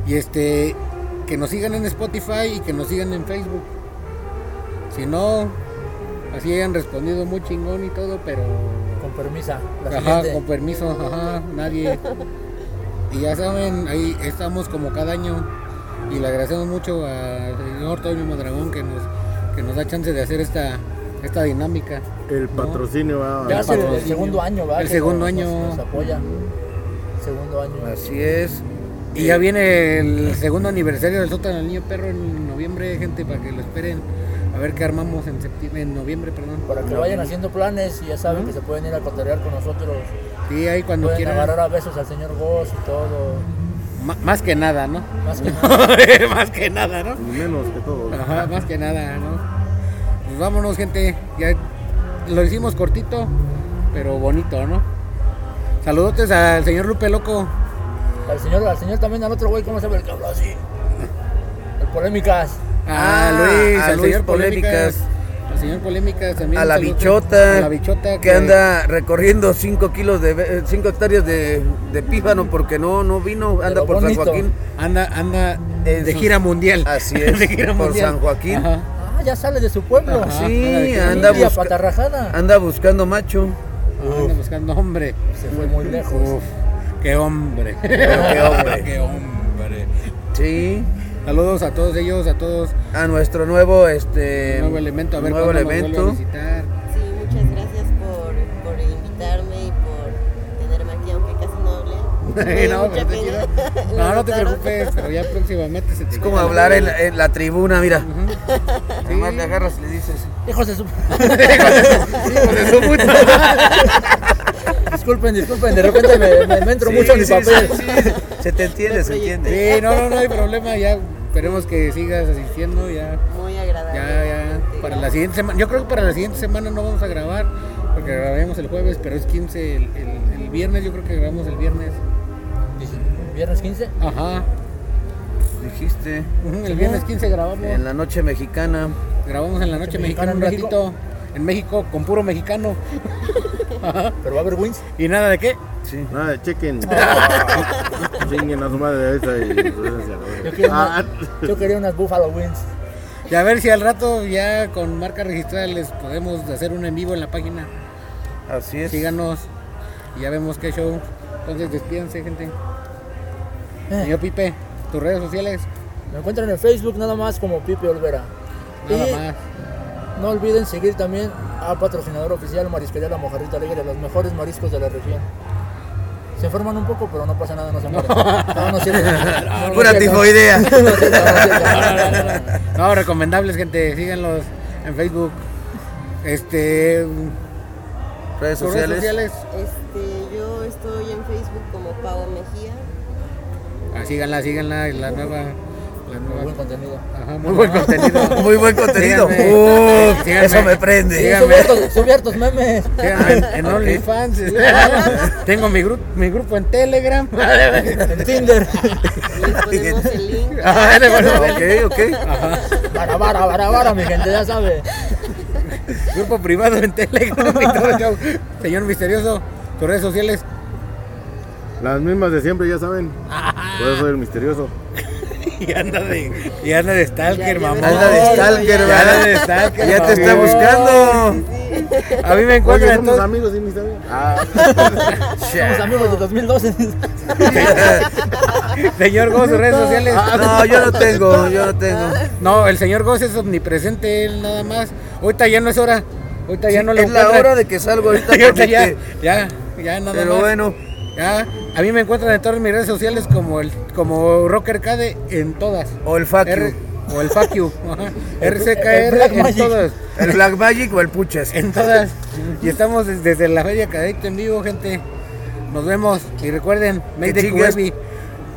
Speaker 1: Y este, que nos sigan en Spotify y que nos sigan en Facebook. Si no, así hayan respondido muy chingón y todo, pero.
Speaker 2: Con permisa. La
Speaker 1: Ajá,
Speaker 2: siguiente.
Speaker 1: con permiso, ajá, nadie. Y ya saben, ahí estamos como cada año. Y le agradecemos mucho al señor Toño Madragón que nos, que nos da chance de hacer esta, esta dinámica.
Speaker 3: El
Speaker 1: No.
Speaker 3: patrocinio va
Speaker 2: Ya
Speaker 1: el
Speaker 2: es el, el
Speaker 1: patrocinio.
Speaker 2: segundo año, ¿va?
Speaker 1: El
Speaker 2: Que
Speaker 1: segundo
Speaker 2: nos-
Speaker 1: año.
Speaker 2: Nos apoya. Segundo año.
Speaker 4: Así es.
Speaker 1: Y
Speaker 4: Eh,
Speaker 1: ya viene el segundo aniversario del sótano del niño perro en noviembre, gente, para que lo esperen. A ver qué armamos en septiembre, en noviembre, perdón.
Speaker 2: Para que vayan haciendo planes y ya saben que se pueden ir a cotorrear con nosotros.
Speaker 1: Sí, ahí cuando
Speaker 2: pueden
Speaker 1: quieran.
Speaker 2: agarrar a besos al señor Goss y todo.
Speaker 1: Ma- Más que nada, ¿no?
Speaker 2: Más que nada.
Speaker 1: más que nada, ¿no?
Speaker 3: menos que todo.
Speaker 1: Ajá, más que nada, ¿no? Pues vámonos, gente. Ya lo hicimos cortito, pero bonito, ¿no? Saludotes al señor Lupe Loco.
Speaker 2: Al señor, al señor también, al otro güey, ¿cómo se llama el que habló así? El Polémicas.
Speaker 1: A
Speaker 4: Ah,
Speaker 1: Luis,
Speaker 4: a
Speaker 1: al
Speaker 4: Luis
Speaker 1: señor Polémicas.
Speaker 4: Polémicas.
Speaker 1: Al señor Polémicas también.
Speaker 4: A la
Speaker 1: saludotes.
Speaker 4: bichota,
Speaker 1: A la bichota
Speaker 4: que anda recorriendo 5 kilos de 5 hectáreas de, de pífano porque no, no vino, anda
Speaker 2: Pero
Speaker 4: por San
Speaker 2: bonito.
Speaker 4: Joaquín.
Speaker 1: Anda, anda
Speaker 4: En
Speaker 1: de
Speaker 4: sus-
Speaker 1: gira mundial.
Speaker 4: Así es,
Speaker 1: De gira
Speaker 4: por
Speaker 1: mundial.
Speaker 4: San Joaquín.
Speaker 1: Ajá.
Speaker 2: Ah, ya sale de su pueblo.
Speaker 1: Ajá.
Speaker 4: Sí,
Speaker 1: Ah,
Speaker 4: anda,
Speaker 2: India,
Speaker 4: busca- Ah.
Speaker 2: patarrajada.
Speaker 4: anda buscando macho.
Speaker 1: Anda buscando hombre.
Speaker 2: Se fue muy lejos.
Speaker 1: Uf, qué hombre.
Speaker 4: qué hombre.
Speaker 1: Qué hombre.
Speaker 4: Sí,
Speaker 1: Saludos a todos ellos, a todos.
Speaker 4: a nuestro nuevo este
Speaker 1: nuevo elemento, a ver
Speaker 4: nuevo
Speaker 1: cuándo nos vuelve
Speaker 4: elemento.
Speaker 1: a visitar.
Speaker 5: Sí, muchas gracias por, por invitarme y por tenerme aquí, aunque casi no hablé. Me dio
Speaker 1: no,
Speaker 5: mucha
Speaker 1: pero te
Speaker 5: pena.
Speaker 1: quiero-
Speaker 5: Me
Speaker 1: no, no te
Speaker 5: notaron.
Speaker 1: preocupes, pero ya próximamente se te
Speaker 4: Es como hablar en, la- en la tribuna, mira. Nomás le agarras y le dices.
Speaker 2: Hijos de su...
Speaker 1: de su puta.
Speaker 2: disculpen, disculpen, de repente me, me- me entro
Speaker 4: Sí,
Speaker 2: mucho en mi
Speaker 4: sí,
Speaker 2: papel.
Speaker 4: sí, sí, sí. Se te entiende, se entiende.
Speaker 1: Sí, no, no, no hay problema, ya esperemos que sigas asistiendo, ya,
Speaker 5: Muy
Speaker 1: ya,
Speaker 5: agradable.
Speaker 1: ya. Para la siguiente semana, yo creo que para la siguiente semana no vamos a grabar, porque grabaremos el jueves, pero es 15 el, el- el viernes, yo creo que grabamos el viernes.
Speaker 2: Dice, ¿Viernes 15?
Speaker 1: Ajá.
Speaker 4: Dijiste.
Speaker 1: Ujú, El viernes 15 grabamos.
Speaker 4: En la noche mexicana.
Speaker 1: Grabamos en la noche mexicana un
Speaker 2: Mexicano en
Speaker 1: ratito en México con puro mexicano.
Speaker 2: ¿Pero va a haber wins?
Speaker 1: ¿Y nada de qué?
Speaker 4: Sí.
Speaker 3: Nada, chequen. Chinguen a su madre esa y.
Speaker 2: Yo quería, una-
Speaker 3: Ah,
Speaker 2: yo quería unas Buffalo Wings.
Speaker 1: Y a ver si al rato ya con marca registrada les podemos hacer un en vivo en la página.
Speaker 4: Así es.
Speaker 1: Síganos y ya vemos qué show. Entonces despídanse, gente.
Speaker 2: Eh.
Speaker 1: Señor Pipe, tus redes sociales,
Speaker 2: Me encuentran en Facebook nada más como Pipe Olvera.
Speaker 1: nada
Speaker 2: Y
Speaker 1: más.
Speaker 2: No olviden seguir también a patrocinador oficial Marisquería La Mojarrita Alegre, los mejores mariscos de la región. Se enferman un poco, pero no pasa nada, no se mueren. No, no es cierto. No, no
Speaker 4: Pura
Speaker 2: es cierto.
Speaker 4: tifoidea.
Speaker 2: No, no es cierto, no es cierto.
Speaker 1: No, recomendables, gente. Síganlos en Facebook. Este.
Speaker 4: Redes
Speaker 1: tus redes
Speaker 4: sociales.
Speaker 1: sociales.
Speaker 5: Este, yo estoy en Facebook como Pau Mejía.
Speaker 1: Ah, síganla, síganla. y La nueva. La
Speaker 2: Muy buen
Speaker 1: nueva.
Speaker 2: contenido.
Speaker 1: Ajá, muy buen contenido.
Speaker 4: Muy buen contenido.
Speaker 1: Síganme.
Speaker 4: Uh,
Speaker 1: Síganme.
Speaker 4: eso me prende.
Speaker 2: Sí, subí hartos- subí hartos memes.
Speaker 1: Síganme ah, en, en
Speaker 4: Ok.
Speaker 1: OnlyFans. Tengo mi, gru- mi grupo en Telegram.
Speaker 4: Ah,
Speaker 2: En Tinder.
Speaker 5: Les ponemos el link.
Speaker 1: Ah, le vuelvo a ver.
Speaker 4: Ok, ok.
Speaker 2: Vara, vara, vara, vara, mi gente, ya sabe.
Speaker 1: Grupo privado en Telegram. y todo el show. Señor misterioso, tus redes sociales.
Speaker 3: Las mismas de siempre, ya saben. Por eso soy el misterioso.
Speaker 1: Y anda de, y anda de stalker,
Speaker 5: Ya, ya
Speaker 1: mamá.
Speaker 4: Anda de stalker,
Speaker 1: Ya
Speaker 4: ¿verdad?
Speaker 1: anda de stalker,
Speaker 4: Ya te está
Speaker 1: mamón.
Speaker 4: buscando.
Speaker 1: A mí me
Speaker 3: Oye,
Speaker 1: encuentran en
Speaker 3: somos
Speaker 1: todos-
Speaker 3: amigos y mis amigos.
Speaker 2: Somos amigos de 2012.
Speaker 1: Señor Goss, sus redes sociales.
Speaker 4: No, yo no tengo, yo no tengo.
Speaker 1: No, el señor Goss es omnipresente, él nada más. Ahorita ya no es hora. Ahorita ya no lo
Speaker 4: es la
Speaker 1: encuentran.
Speaker 4: hora de que salgo ahorita. este
Speaker 1: Ahorita ya,
Speaker 4: porque-
Speaker 1: ya, ya nada
Speaker 4: Pero
Speaker 1: más.
Speaker 4: bueno,
Speaker 1: Ya, a mí me encuentran en todas mis redes sociales como el como Rocker Cade en todas.
Speaker 4: o el facu.
Speaker 1: R- o el Fuck you, ajá.
Speaker 2: el Black
Speaker 1: RCKR en
Speaker 2: Magic.
Speaker 1: todas.
Speaker 4: El Black Magic o el Puchas.
Speaker 1: En todas. Y estamos des- desde la Feria Cadete en vivo, gente. Nos vemos y recuerden, make
Speaker 4: Que
Speaker 1: the
Speaker 4: chingas,
Speaker 1: Webby,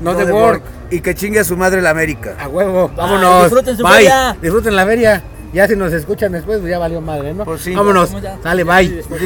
Speaker 1: no
Speaker 4: No
Speaker 1: the
Speaker 4: de
Speaker 1: work.
Speaker 4: work. Y que chingue a su madre la América.
Speaker 1: A huevo, vámonos.
Speaker 2: disfruten su
Speaker 1: bye.
Speaker 2: feria.
Speaker 1: Disfruten la feria. Ya si nos escuchan después, pues ya valió madre, ¿no?
Speaker 4: Pues sí.
Speaker 1: Vámonos.
Speaker 2: Vamos ya.
Speaker 1: Sale, bye.
Speaker 2: Sí,